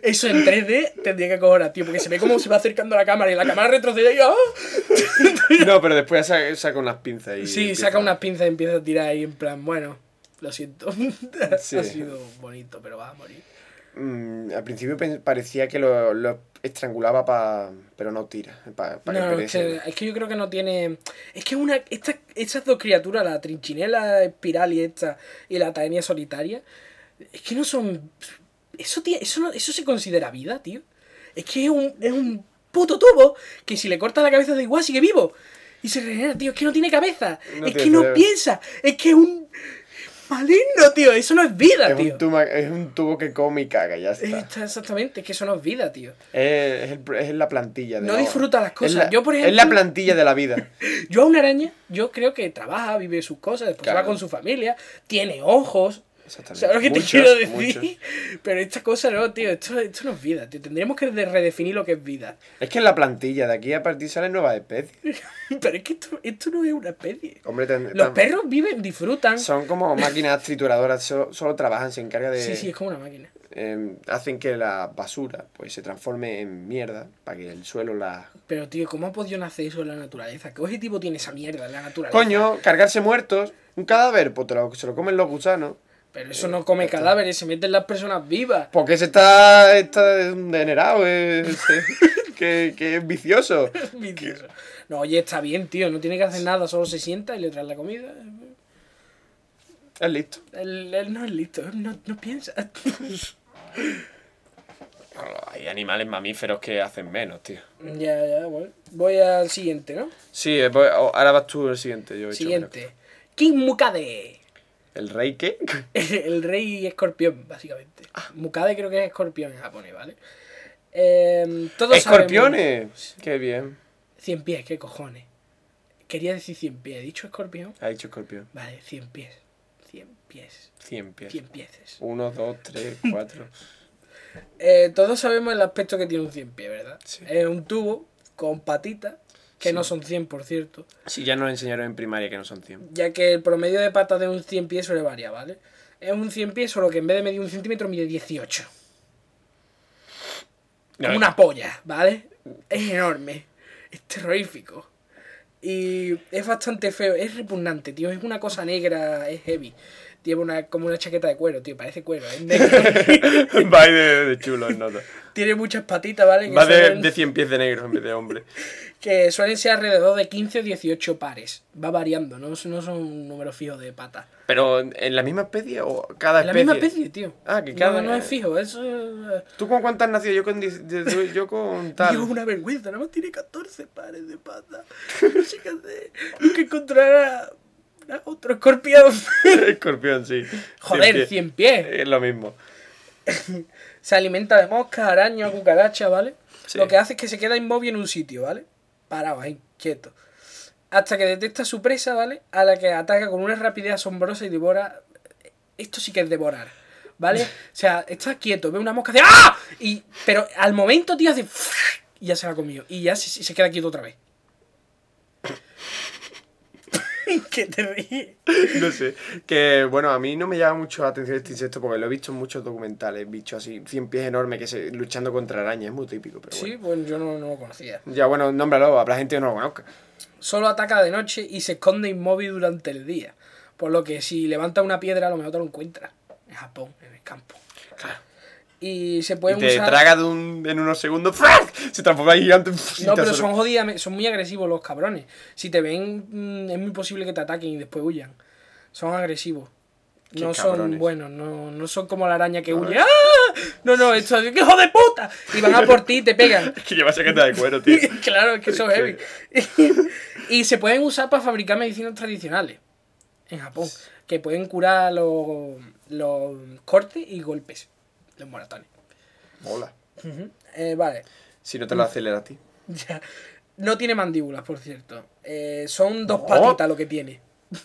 Eso en 3D tendría que cojonar, tío, porque se ve como se va acercando la cámara y la cámara retrocede y ¡ah! No, pero después sa- saca unas pinzas y. Sí, empieza- saca unas pinzas y empieza a tirar ahí en plan, bueno, lo siento. Ha Sí. sido bonito, pero vas a morir. Mm, al principio pen- parecía que lo, lo estrangulaba para. Pero no tira. Para que No, es perece. que, es que yo creo que no tiene. Es que una. Estas, estas dos criaturas, la trinchinela espiral y esta, y la taenia solitaria, es que no son. Eso, tie- eso, no- eso se considera vida, tío. Es que es un, es un puto tubo que si le cortas la cabeza de igual sigue vivo. Y se regenera, tío. Es que no tiene cabeza. No es tiene que no cerebro. piensa. Es que es un. Maligno, tío. Eso no es vida, Es tío. un, tuma- es un tubo que come y caga, ya está. Es, Eh, Está- Exactamente, es que eso no es vida, tío. es el- es la plantilla de No la- disfruta las cosas. Es la, Yo, por es ejemplo- la plantilla de la vida. Yo a una araña, yo creo que trabaja, vive sus cosas, después se va Claro. con su familia, tiene ojos. Exactamente. ¿Sabes lo que Muchos, te quiero decir? muchos. Pero esta cosa no, tío, esto, esto no es vida, tío. Tendríamos que de- redefinir lo que es vida. Es que es la plantilla, de aquí a partir salen nuevas especies. Pero es que esto, esto no es una especie. Hombre, tan- Los tan- perros viven, disfrutan. son como máquinas trituradoras, so- solo, trabajan, se encarga de... Sí, sí, es como una máquina. em, hacen que la basura pues se transforme en mierda para que el suelo la... Pero, tío, ¿cómo ha podido nacer eso en la naturaleza? ¿Qué objetivo tiene esa mierda en la naturaleza? Coño, cargarse muertos, un cadáver, pues te lo- se lo comen los gusanos. Pero eso no come cadáveres, se meten las personas vivas. Porque se está, está degenerado, eh, se- que, que es vicioso. Vicioso. No, oye, está bien, tío, no tiene que hacer nada, solo se sienta y le trae la comida. Es listo. Él, él no es listo, él no, no piensa. Oh, Hay animales mamíferos que hacen menos, tío. ya, ya, bueno. Voy al siguiente, ¿no? Sí, eh, pues, oh, ahora vas tú el siguiente. Yo he hecho menos. siguiente. King Mukade. ¿El rey qué? El rey escorpión, básicamente. Ah. Mukade creo que es escorpión en japonés, ¿vale? Eh, todos ¡Escorpiones! ¡Qué bien! sabemos- Cien pies, qué cojones. Quería decir cien pies. ¿He dicho escorpión? Ha dicho escorpión. Vale, cien pies. Cien pies. 100 pies. Cien pieces. 1, 2, 3, 4. Eh, todos sabemos el aspecto que tiene un cien pies, ¿verdad? Sí. Es un tubo con patitas, que no son cien, por cierto. Sí, ya nos enseñaron en primaria que no son 100. ya que el promedio de patas de un 100 pies suele variar, ¿vale? Es un 100 pies, solo que en vez de medir un centímetro mide 18. Como una polla, ¿vale? Es enorme. Es terrorífico. Y es bastante feo, es repugnante, tío. Es una cosa negra, es heavy. Lleva una, como una chaqueta de cuero, tío. Parece cuero, es negro. Va de, de chulo en nota. Tiene muchas patitas, ¿vale? Que, Va de, suelen, de 100 pies de negro en vez de hombre. que suelen ser alrededor de 15 o 18 pares. Va variando, ¿no? No son un número fijo de patas. ¿Pero en la misma especie o cada Es la especie? misma especie, tío. Ah, que No, cada- No, es fijo, eso... eh, ¿Tú con cuántas has nacido? Yo con, diez- diez- yo con tal. Dios, una vergüenza, nada más tiene 14 pares de patas. No sé qué hacer. Nunca encontrará a otro escorpión. Escorpión, sí. Joder, 100 pies. Es lo mismo. Se alimenta de moscas, arañas, cucarachas, ¿vale? Sí. Lo que hace es que se queda inmóvil en un sitio, ¿vale? Parado ahí, quieto. Hasta que detecta su presa, ¿vale? A la que ataca con una rapidez asombrosa y devora. Esto sí que es devorar, ¿vale? O sea, está quieto, ve una mosca, hace ¡Ah! Y, pero al momento, tío, hace. Y ya se la ha comido. Y ya se, se queda quieto otra vez. ¿Qué te ríes? No sé. Que bueno, a mí no me llama mucho la atención este insecto porque lo he visto en muchos documentales. Bicho así, 100 pies enorme que se, luchando contra arañas. Es muy típico, pero Sí, bueno. bueno, yo no, no lo conocía. Ya bueno, nómbralo, habrá gente que no lo conozca. Solo ataca de noche y se esconde inmóvil durante el día. Por lo que si levanta una piedra, a lo mejor te lo encuentra. En Japón, en el campo. Y se Y pueden te usar. traga de un- en unos segundos. ¡fra! Se transforma en gigante. No, pero son jodidas, son muy agresivos los cabrones. Si te ven, mm, es muy posible que te ataquen y después huyan. Son agresivos. Qué no son cabrones. buenos, no, no son como la araña que huye. ¡Ah! No, no, esto es que hijo de puta. Y van a por ti y te pegan. Es que lleva chaqueta de cuero, tío. claro, es que eso es heavy. Es y se pueden usar para fabricar medicinas tradicionales en Japón, que pueden curar los, los cortes y golpes, los moratones. Mola. Ujú. Eh, vale, Si no te la acelera a ti. ya. No tiene mandíbulas, por cierto. Eh, son dos No. patitas lo que tiene.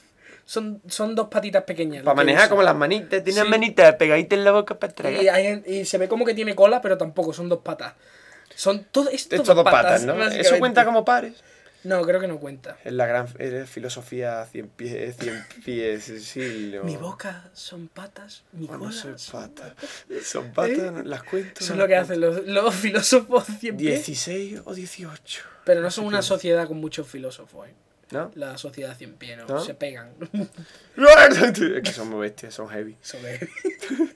son, son dos patitas pequeñas. lo Para que manejar usa. como las ¿eh? manitas. Tiene Sí. manitas pegaditas en la boca para Y, tragar. hay en- y se ve como que tiene cola, pero tampoco, son dos patas. Son todo, es Esto todo dos patas, ¿no? básicamente. Eso cuenta como pares. No, creo que no cuenta. Es la gran es la filosofía cien pies, cien pies, sí, lo- Mi boca son patas, mi No, cola no son son patas. Son patas, ¿Eh? no las cuento. Eso es no lo que las hacen los, los filósofos cuento. siempre. 16 o 18. Pero no son una sociedad con muchos filósofos, ¿eh? ¿No? La sociedad cien pies, ¿no? ¿No? Se pegan. es que son muy bestias, son heavy. son heavy.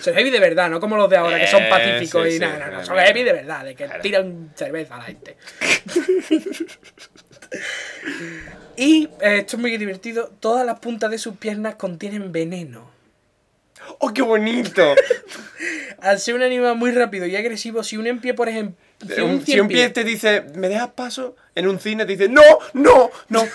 son heavy de verdad, no como los de ahora, que son Eh, pacíficos sí, y sí, nada, no, no, Son realmente. heavy de verdad, de que Claro. tiran cerveza a la gente. y eh, esto es muy divertido. Todas las puntas de sus piernas contienen veneno. ¡Oh, qué bonito! Al ser un animal muy rápido y agresivo, si un pie, por ejemplo. Eh, un- si un pie te dice, ¿me dejas paso? En un cine te dice, ¡No! ¡No! ¡No!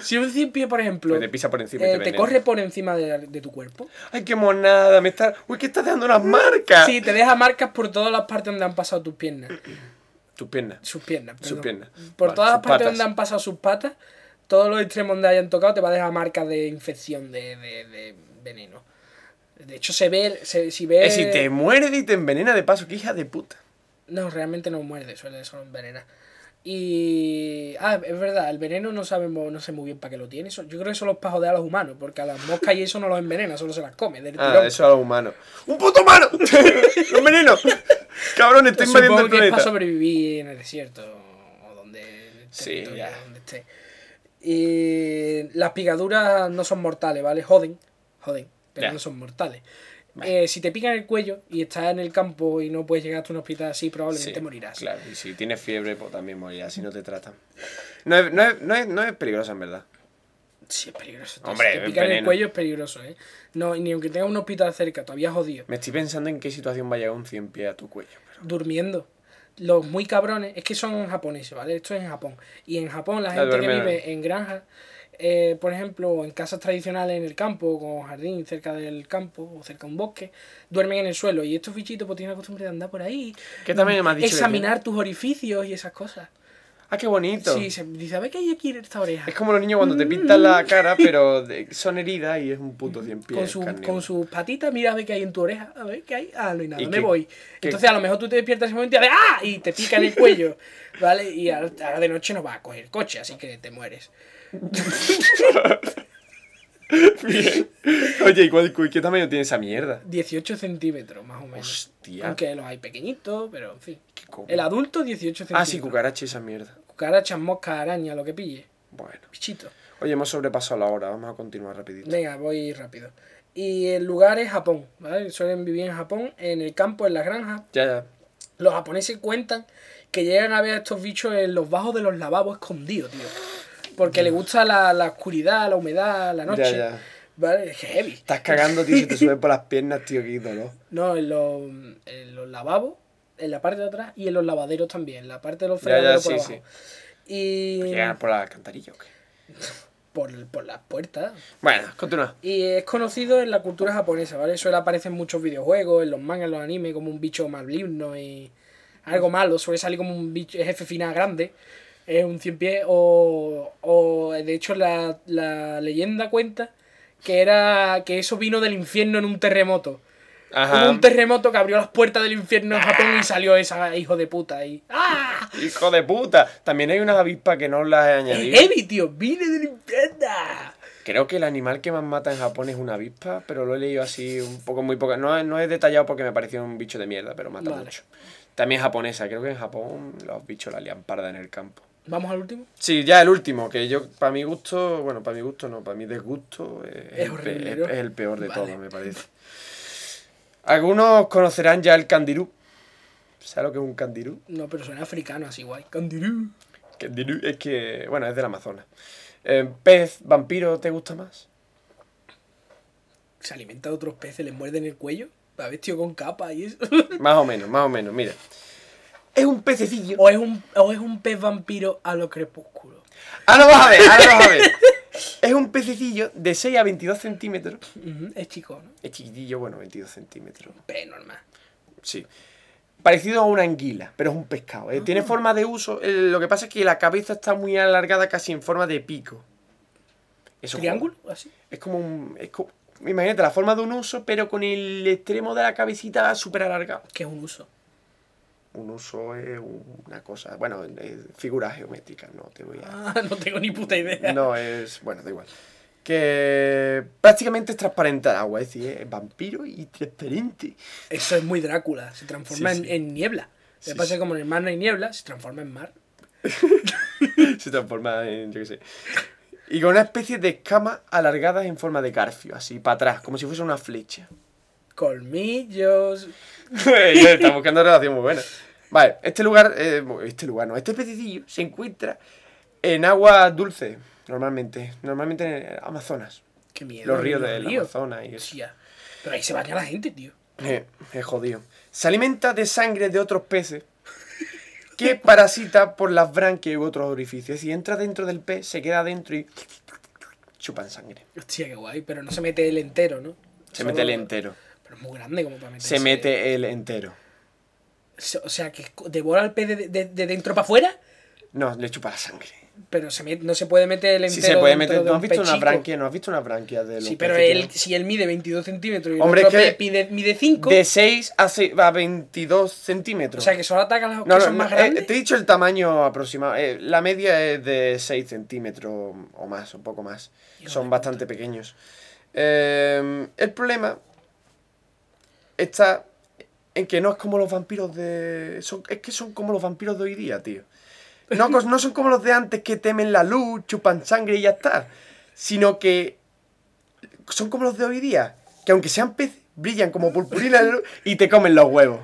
Si un cien pie, por ejemplo, Pues te pisa por encima y eh, te te venena. corre por encima de, de tu cuerpo. ¡Ay, qué monada! Me está... ¡Uy, que estás dejando unas marcas! Sí, te deja marcas por todas las partes donde han pasado tus piernas. Tus piernas. Sus piernas, perdón. Sus piernas. Por Vale, todas las sus partes patas. donde han pasado sus patas, todos los extremos donde hayan tocado te va a dejar marcas de infección, de, de- de veneno. De hecho, se ve, se- si ve... Eh, si te muerde y te envenena de paso, qué hija de puta. No, realmente no muerde, suele solo envenenar. Y... Ah, es verdad, el veneno no sabemos, no sé muy bien para qué lo tiene. Eso- Yo creo que eso los pajodean a los humanos, porque a las moscas y eso no los envenena, solo se las come. del Ah, tirón. eso a los humanos. ¡Un puto humano! ¡Un veneno! Cabrón, estoy invadiendo Supongo el que es para planeta. sobrevivir en el desierto o donde, en el Sí, territorio, ya. donde esté. Y las picaduras no son mortales, ¿vale? Joden, joden, pero Ya. no son mortales. Eh, si te pican el cuello y estás en el campo y no puedes llegar hasta un hospital así, probablemente Sí, morirás. Claro, y si tienes fiebre, pues también morirás si no te tratan. No es, no es, no es, no es peligrosa, en verdad. Sí, es peligroso. tío. Hombre, si te es pican el veneno. cuello es peligroso, ¿eh? No, y ni aunque tengas un hospital cerca, todavía jodido. Me estoy pensando en qué situación va a llegar un cien pie a tu cuello. pero- durmiendo. Los muy cabrones, es que son japoneses, ¿vale? Esto es en Japón. Y en Japón la Ah, gente que duermen. vive en granjas, eh, por ejemplo, o en casas tradicionales en el campo, con jardín cerca del campo o cerca de un bosque, duermen en el suelo. Y estos bichitos pues tienen la costumbre de andar por ahí, Que también me has dicho. que examinar tus orificios y esas cosas. tiene- Ah, qué bonito. Sí, se dice, a ver qué hay aquí en esta oreja. Es como los niños cuando te pintan la cara, pero de- son heridas y es un puto cien pies. Mm. Con, su- carnívoro. con sus patitas, mira a ver qué hay en tu oreja, a ver qué hay. Ah, no hay nada, ¿Y me qué- voy. qué- Entonces a lo mejor tú te despiertas en ese momento y haces, ¡ah! Y te pica en el cuello, ¿vale? Y ahora, ahora de noche no va a coger coche, así que te mueres. Oye, ¿y cuál- cu- qué tamaño tiene esa mierda? 18 centímetros, más o menos. Hostia. Aunque los hay pequeñitos, pero en fin. qué co- El adulto, 18 centímetros. Ah, sí, cucaracha y esa mierda. Cucarachas, moscas, araña, lo que pille. Bueno. Bichito. Oye, hemos sobrepasado la hora, vamos a continuar rapidito. Venga, voy rápido. Y el lugar es Japón, ¿vale? Suelen vivir en Japón, en el campo, en las granjas. Ya, ya. Los japoneses cuentan que llegan a ver a estos bichos en los bajos de los lavabos escondidos, tío. Porque les gusta la, la oscuridad, la humedad, la noche. Ya, ya. ¿Vale? Es heavy. Estás cagando, tío, se te sube por las piernas, tío, qué dolor. No, en los, en los lavabos, en la parte de atrás y en los lavaderos también, en la parte de los Ya, ya, fregaderos sí, por sí. abajo. Y ¿Llegan por la alcantarilla o qué? por, por las puertas. Bueno, continúa. Y es conocido en la cultura japonesa, ¿vale? Suele aparecer en muchos videojuegos, en los mangas, en los animes, como un bicho maligno y algo malo. Suele salir como un bicho, es jefe final grande, es un cien pies. O, o de hecho, la, la leyenda cuenta que era que eso vino del infierno en un terremoto. Hubo Ajá. un terremoto que abrió las puertas del infierno en Japón y salió esa hijo de puta ahí. ¡Ah! Hijo de puta. También hay unas avispas que no las he Es añadido. heavy, tío. Vine del infierno. Creo que el animal que más mata en Japón es una avispa, pero lo he leído así un poco muy poco. No, no he detallado porque me pareció un bicho de mierda, pero mata Vale. mucho. También es japonesa, creo que en Japón los bichos la lian parda en el campo. Vamos al último. Sí, ya el último, que yo, para mi gusto, bueno, para mi gusto no, para mi desgusto, eh, Es es, el, pe- horrible, ¿no? es- es el peor de Vale. todos, me parece. Algunos conocerán ya el candirú. ¿Sabes lo que es un candirú? No, pero suena africano así, guay. Candirú. Candirú es que, bueno, es del Amazonas. Eh, ¿Pez vampiro te gusta más? se alimenta de otros peces, les muerden el cuello. Va vestido con capa y eso. Más o menos, más o menos, mira. Es un pececillo. O es un, o es un pez vampiro a lo crepúsculo. Ahora vas a ver, ahora vas a ver. Es un pececillo de 6 a 22 centímetros. Ujú, Es chico, ¿no? Es chiquitillo, bueno, 22 centímetros. Pez normal. Sí. Parecido a una anguila, pero es un pescado. eh. Tiene forma de uso. eh, lo que pasa es que la cabeza está muy alargada, casi en forma de pico. Eso es ¿Triángulo? ¿Así? como- Es como un. es co- imagínate la forma de un uso, pero con el extremo de la cabecita súper alargado. Que es un uso. Un uso es una cosa. Bueno, eh, figuras geométricas, no te voy a. Ah, no tengo ni puta idea. No, es. Bueno, da igual. Que prácticamente es transparente al agua, es decir, es vampiro y transparente. Eso es muy Drácula. Se transforma Sí, en, sí. en niebla. Lo que Sí, pasa es sí. que como en el mar no hay niebla, se transforma en mar. Se transforma en, yo qué sé. Y con una especie de escamas alargadas en forma de garfio, así para atrás, como si fuese una flecha. Colmillos. Está buscando relación muy buena. Vale, este lugar, eh, este lugar no, este pececillo se encuentra en agua dulce, normalmente. Normalmente en el Amazonas. Qué miedo. Los ríos los del ríos. Amazonas y eso. Hostia. Pero ahí se baña la gente, tío. Eh, es jodido. Se alimenta de sangre de otros peces que parasita por las branquias u otros orificios. Si entra dentro del pez, se queda dentro y chupan sangre. Hostia, qué guay. Pero no se mete el entero, ¿no? Se Solo- mete el entero. Pero es muy grande como para meterse. Se mete el entero. Se- O sea, que co- devora el pez de, de- de dentro para afuera, No, le chupa la sangre. pero se met- no se puede meter el Si entero. se puede dentro de meter. ¿No has un visto una pechico. branquia? ¿No has visto una branquia de los Sí, pero peces que él, no? si él mide 22 centímetros y el Hombre, otro es que- pez pide- mide 5, De 6 a, se- a 22 o centímetros. sea, que solo atacan las no, que no, son más no, eh, grandes. te he dicho el tamaño aproximado. eh, la media es de 6 centímetros o más, un poco más. Hijo de Son puta. bastante pequeños. Eh, el problema está en que no es como los vampiros de... son- es que son como los vampiros de hoy día, tío. No, cos- no son como los de antes que temen la luz, chupan sangre y ya está. Sino que son como los de hoy día. Que aunque sean peces, brillan como purpurina en la luz y te comen los huevos.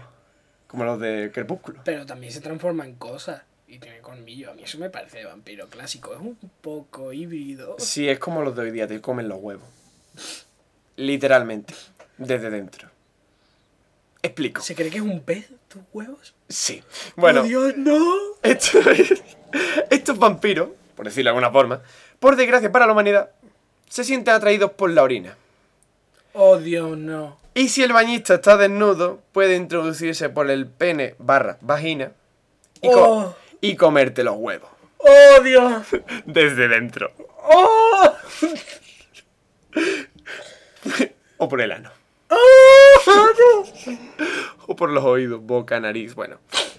Como los de Crepúsculo. Pero también se transforma en cosas y tiene colmillo. A mí eso me parece de vampiro clásico. Es un poco híbrido. Sí, es como los de hoy día, te comen los huevos. Literalmente. Desde dentro. Explico. ¿Se cree que es un pez, tus huevos? Sí. Bueno, ¡Oh, Dios, no! esto es- estos vampiros, por decirlo de alguna forma, por desgracia para la humanidad, se sienten atraídos por la orina. ¡Oh, Dios, no! Y si el bañista está desnudo, puede introducirse por el pene barra vagina y, co- Oh. y comerte los huevos. ¡Oh, Dios! Desde dentro. ¡Oh! O por el ano. oh, O por los oídos, boca, nariz, bueno.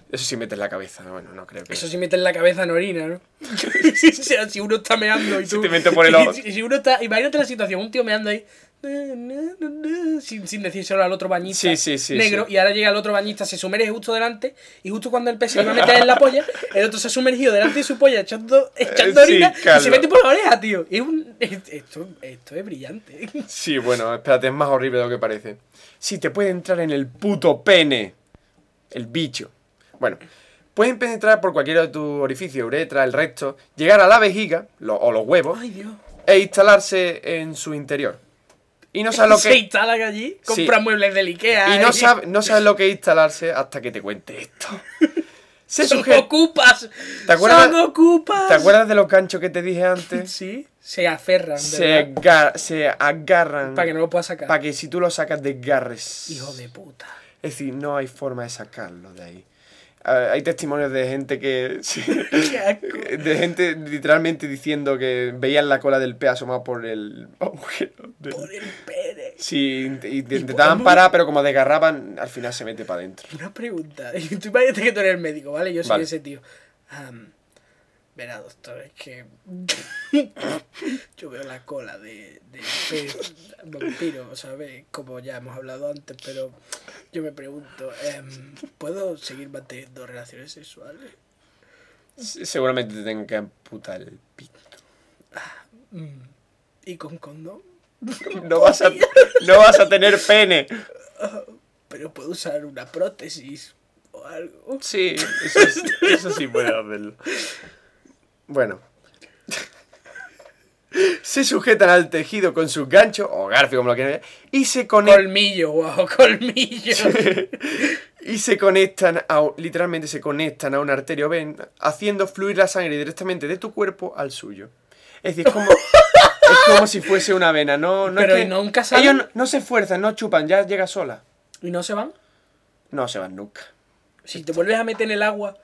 Eso sí metes la cabeza, bueno, no creo que... Eso sí mete en la cabeza en orina, ¿no? o sea, si uno está meando y tú... te mete por el ojo. Si, si uno está... Imagínate la situación, un tío meando ahí... Sin, sin decírselo al otro bañista Sí, sí, sí, negro sí. y ahora llega el otro bañista, se sumerge justo delante y justo cuando el pez se le va a meter en la polla, el otro se ha sumergido delante de su polla echando, echando Eh, sí, orina y se Carlos. mete por la oreja, tío. Es un- es- esto, esto es brillante. Sí, bueno, espérate, es más horrible de lo que parece. Sí, te puede entrar en el puto pene. El bicho. Bueno, pueden penetrar por cualquiera de tus orificios, uretra, el recto, llegar a la vejiga lo- o los huevos Ay, Dios. e instalarse en su interior. Y no sabes lo Se que... instalan allí, compran muebles del Ikea. Y no eh. sabes, no sabes lo que es instalarse hasta que te cuente esto. Se ¡Son suje- ocupas! ¿Te acuerdas- ¡Son ocupas! ¿Te acuerdas de los ganchos que te dije antes? Sí, se aferran. Se, aga- se agarran Para que no lo pueda sacar. para que si tú lo sacas desgarres. Hijo de puta. Es decir, no hay forma de sacarlo de ahí. Ah, hay testimonios de gente que. Qué asco. de gente literalmente diciendo que veían la cola del pez asomada por el agujero. del- Por el pene. Sí, int- y te Y intentaban podemos- parar, pero como desgarraban, al final se mete para adentro. Una pregunta. Tú imagínate que tú eres el médico, ¿vale? Yo soy Vale. ese tío. Am, verá, doctor, es que. Yo veo la cola de, de pez vampiro, ¿sabes? Como ya hemos hablado antes, pero yo me pregunto, em, ¿puedo seguir manteniendo relaciones sexuales? Se- Seguramente te tengan que amputar el pito. Mm, ¿Y con condón? No vas a, no vas a tener pene. Pero puedo usar una prótesis o algo. Sí, eso, es- eso sí puede hacerlo. Bueno. se sujetan al tejido con sus ganchos, o garfio como lo quieran llamar, y se conectan... Colmillo, guau, colmillo. y se conectan a, un- literalmente se conectan a una arteria o vena, haciendo fluir la sangre directamente de tu cuerpo al suyo. Es decir, es como, es como si fuese una vena, no, no es Pero que- ¿y nunca salen? Ellos no, no se esfuerzan, no chupan, ya llega sola. ¿Y no se van? No se van nunca. Si te vuelves a meter en el agua.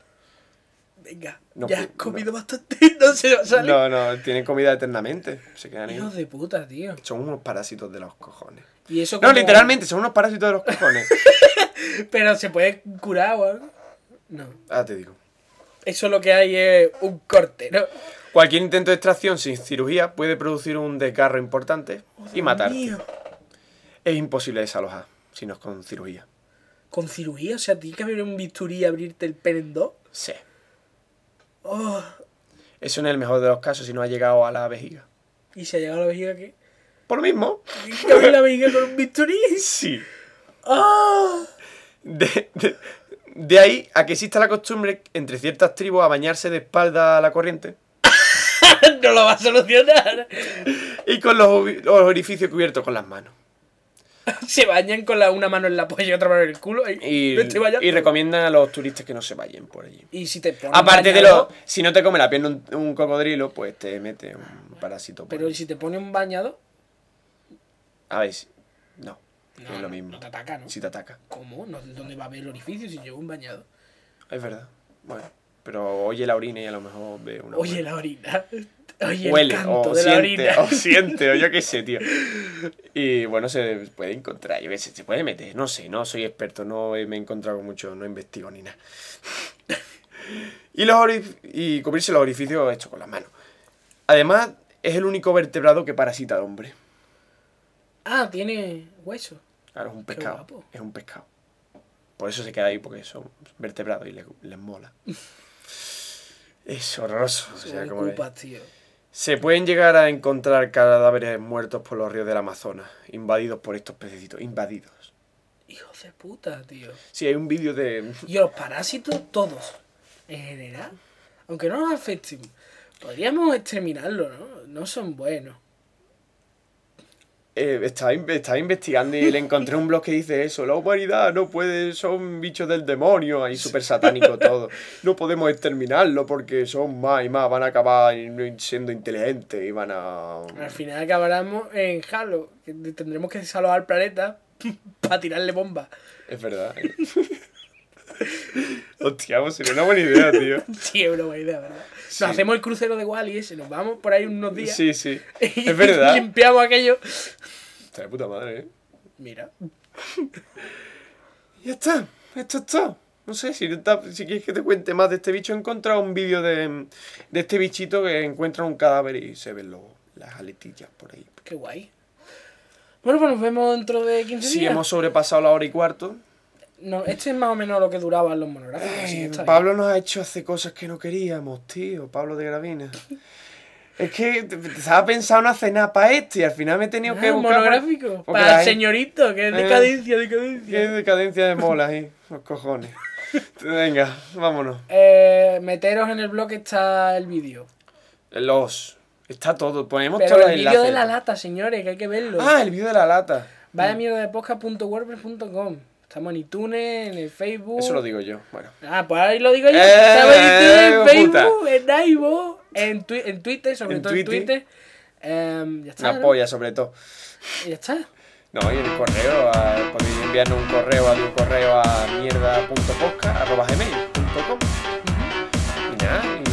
Venga, No, ya has no. comido bastante. No se va a salir. No, no, tienen comida eternamente. Se quedan ahí. Hijos de puta, tío. Son unos parásitos de los cojones. Y eso No, como- literalmente, son unos parásitos de los cojones. Pero se puede curar o algo. No. Ah, te digo. Eso lo que hay es un corte, ¿no? Cualquier intento de extracción sin cirugía puede producir un desgarro importante y matar. Mío. Es imposible desalojar si no es con cirugía. Con cirugía, o sea, tienes que abrir un bisturí y abrirte el pene en dos. Sí. Oh, Eso en el mejor de los casos si no ha llegado a la vejiga. y se ha llegado a la vejiga que. Por lo mismo. Tienes que abrir la vejiga con un bisturí. Sí. Oh. De, de- de ahí a que exista la costumbre entre ciertas tribus a bañarse de espalda a la corriente no lo va a solucionar. y con los, ovi- los orificios cubiertos con las manos. se bañan con la, una mano en la polla y otra mano en el culo. Y, Y, me estoy bañando. y recomiendan a los turistas que no se vayan por allí. Y si te pones Aparte de bañador- lo, si no te come la pierna un, un cocodrilo, pues te mete un parásito. Ah, por Pero ¿y ahí. si te pone un bañado, A ver, si- no, No, es no, lo mismo. no te ataca, ¿no? Si te ataca, ¿cómo? No, ¿Dónde va a haber el orificio si llevo un bañado? es verdad. Bueno, pero oye la orina y a lo mejor ve una. Oye la orina. Oye huele el canto o de la siente, orina. o siente, o yo qué sé, tío. Y bueno, se puede encontrar, yo qué sé, se puede meter, no sé, no soy experto, no he- me he encontrado con mucho, no investigo ni nada. Y, los orif- y cubrirse los orificios esto con las manos. Además, es el único vertebrado que parasita al hombre. Ah, tiene hueso. Claro, es un Qué pescado, guapo. es un pescado. Por eso se queda ahí, porque son vertebrados y les, les mola. Es horroroso. o sea, Son como que- cupas, tío. Se pueden llegar a encontrar cadáveres muertos por los ríos del Amazonas, invadidos por estos pececitos, invadidos. Hijos de puta, tío. Sí, hay un vídeo de... Y los parásitos, todos. En general. Aunque no nos afecten. Podríamos exterminarlo, ¿no? No son buenos. eh, estaba, in- estaba investigando y le encontré un blog que dice eso, la humanidad no puede, son bichos del demonio, ahí súper satánico todo. No podemos exterminarlo porque son más y más, van a acabar siendo inteligentes y van a... Al final acabaremos en Halo. que Tendremos que salvar al planeta para tirarle bombas. Es verdad. eh. Hostia, pues sería una buena idea, tío. Sí, es una buena idea, ¿verdad? Nos Sí. hacemos el crucero de Wally ese, nos vamos por ahí unos días. Sí, sí. y Es verdad. Limpiamos aquello. Está de puta madre, ¿eh? Mira, Ya está, esto es todo. No sé, si, ta- si quieres que te cuente más de este bicho, he encontrado un vídeo de, de este bichito que encuentra un cadáver y se ven los- las aletillas por ahí. qué guay. Bueno, pues nos vemos dentro de 15 Si días. hemos sobrepasado la hora y cuarto, No, este es más o menos lo que duraban los monográficos. así que Ay, Eh, está bien. Eh, Pablo nos ha hecho hacer cosas que no queríamos, tío. Pablo de Gravina. Es que te- te estaba pensando en hacer nada para este y al final me he tenido Ah, que un buscar. pues, monográfico. porque Para la el gente- señorito, que es Eh. decadencia, Qué decadencia. decadencia de mola ahí, los cojones. Venga, vámonos. Eh, meteros en el blog está el vídeo. Los. Está todo, ponemos todos Pero los el vídeo de la enlaces. lata, señores, que hay que verlo. Ah, el vídeo de la lata. Vaya mierda de podcast.wordpress.com. Estamos en iTunes, en el Facebook. Eso lo digo yo. Bueno. Ah, pues ahí lo digo yo. Eh, Estamos en hijo iTunes, de en puta. Facebook, en Ivo, en, Twi- en Twitter, sobre En todo Twitter. en Twitter. Em, ya está. Una ¿no? polla, sobre todo. Ya está. No, y el correo, a- podéis enviarnos un correo a un correo a mierda.posca.gmail.com Y nada, y, Esto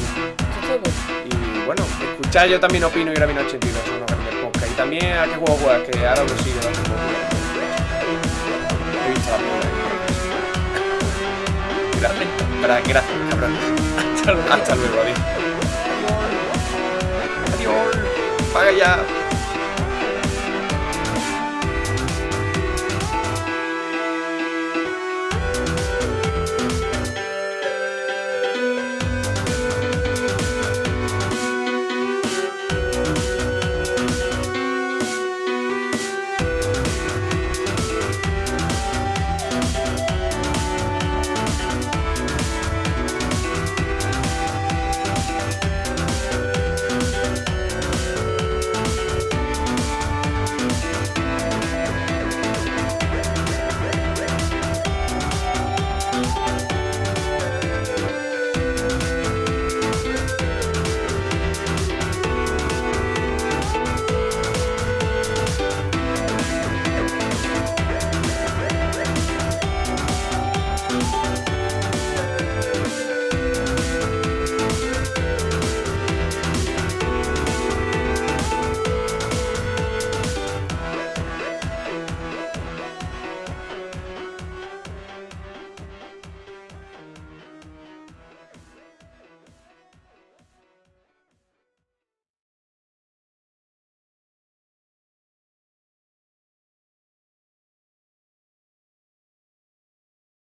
es todo. y bueno, escuchar yo también opino y Gravina 82, son unos grandes podcasts. Y también a qué juego juegas, que ahora lo sigo. ¿no? He visto la película. Gracias, gra- gracias, cabrón. Hasta luego, adiós. Adiós. Paga ya.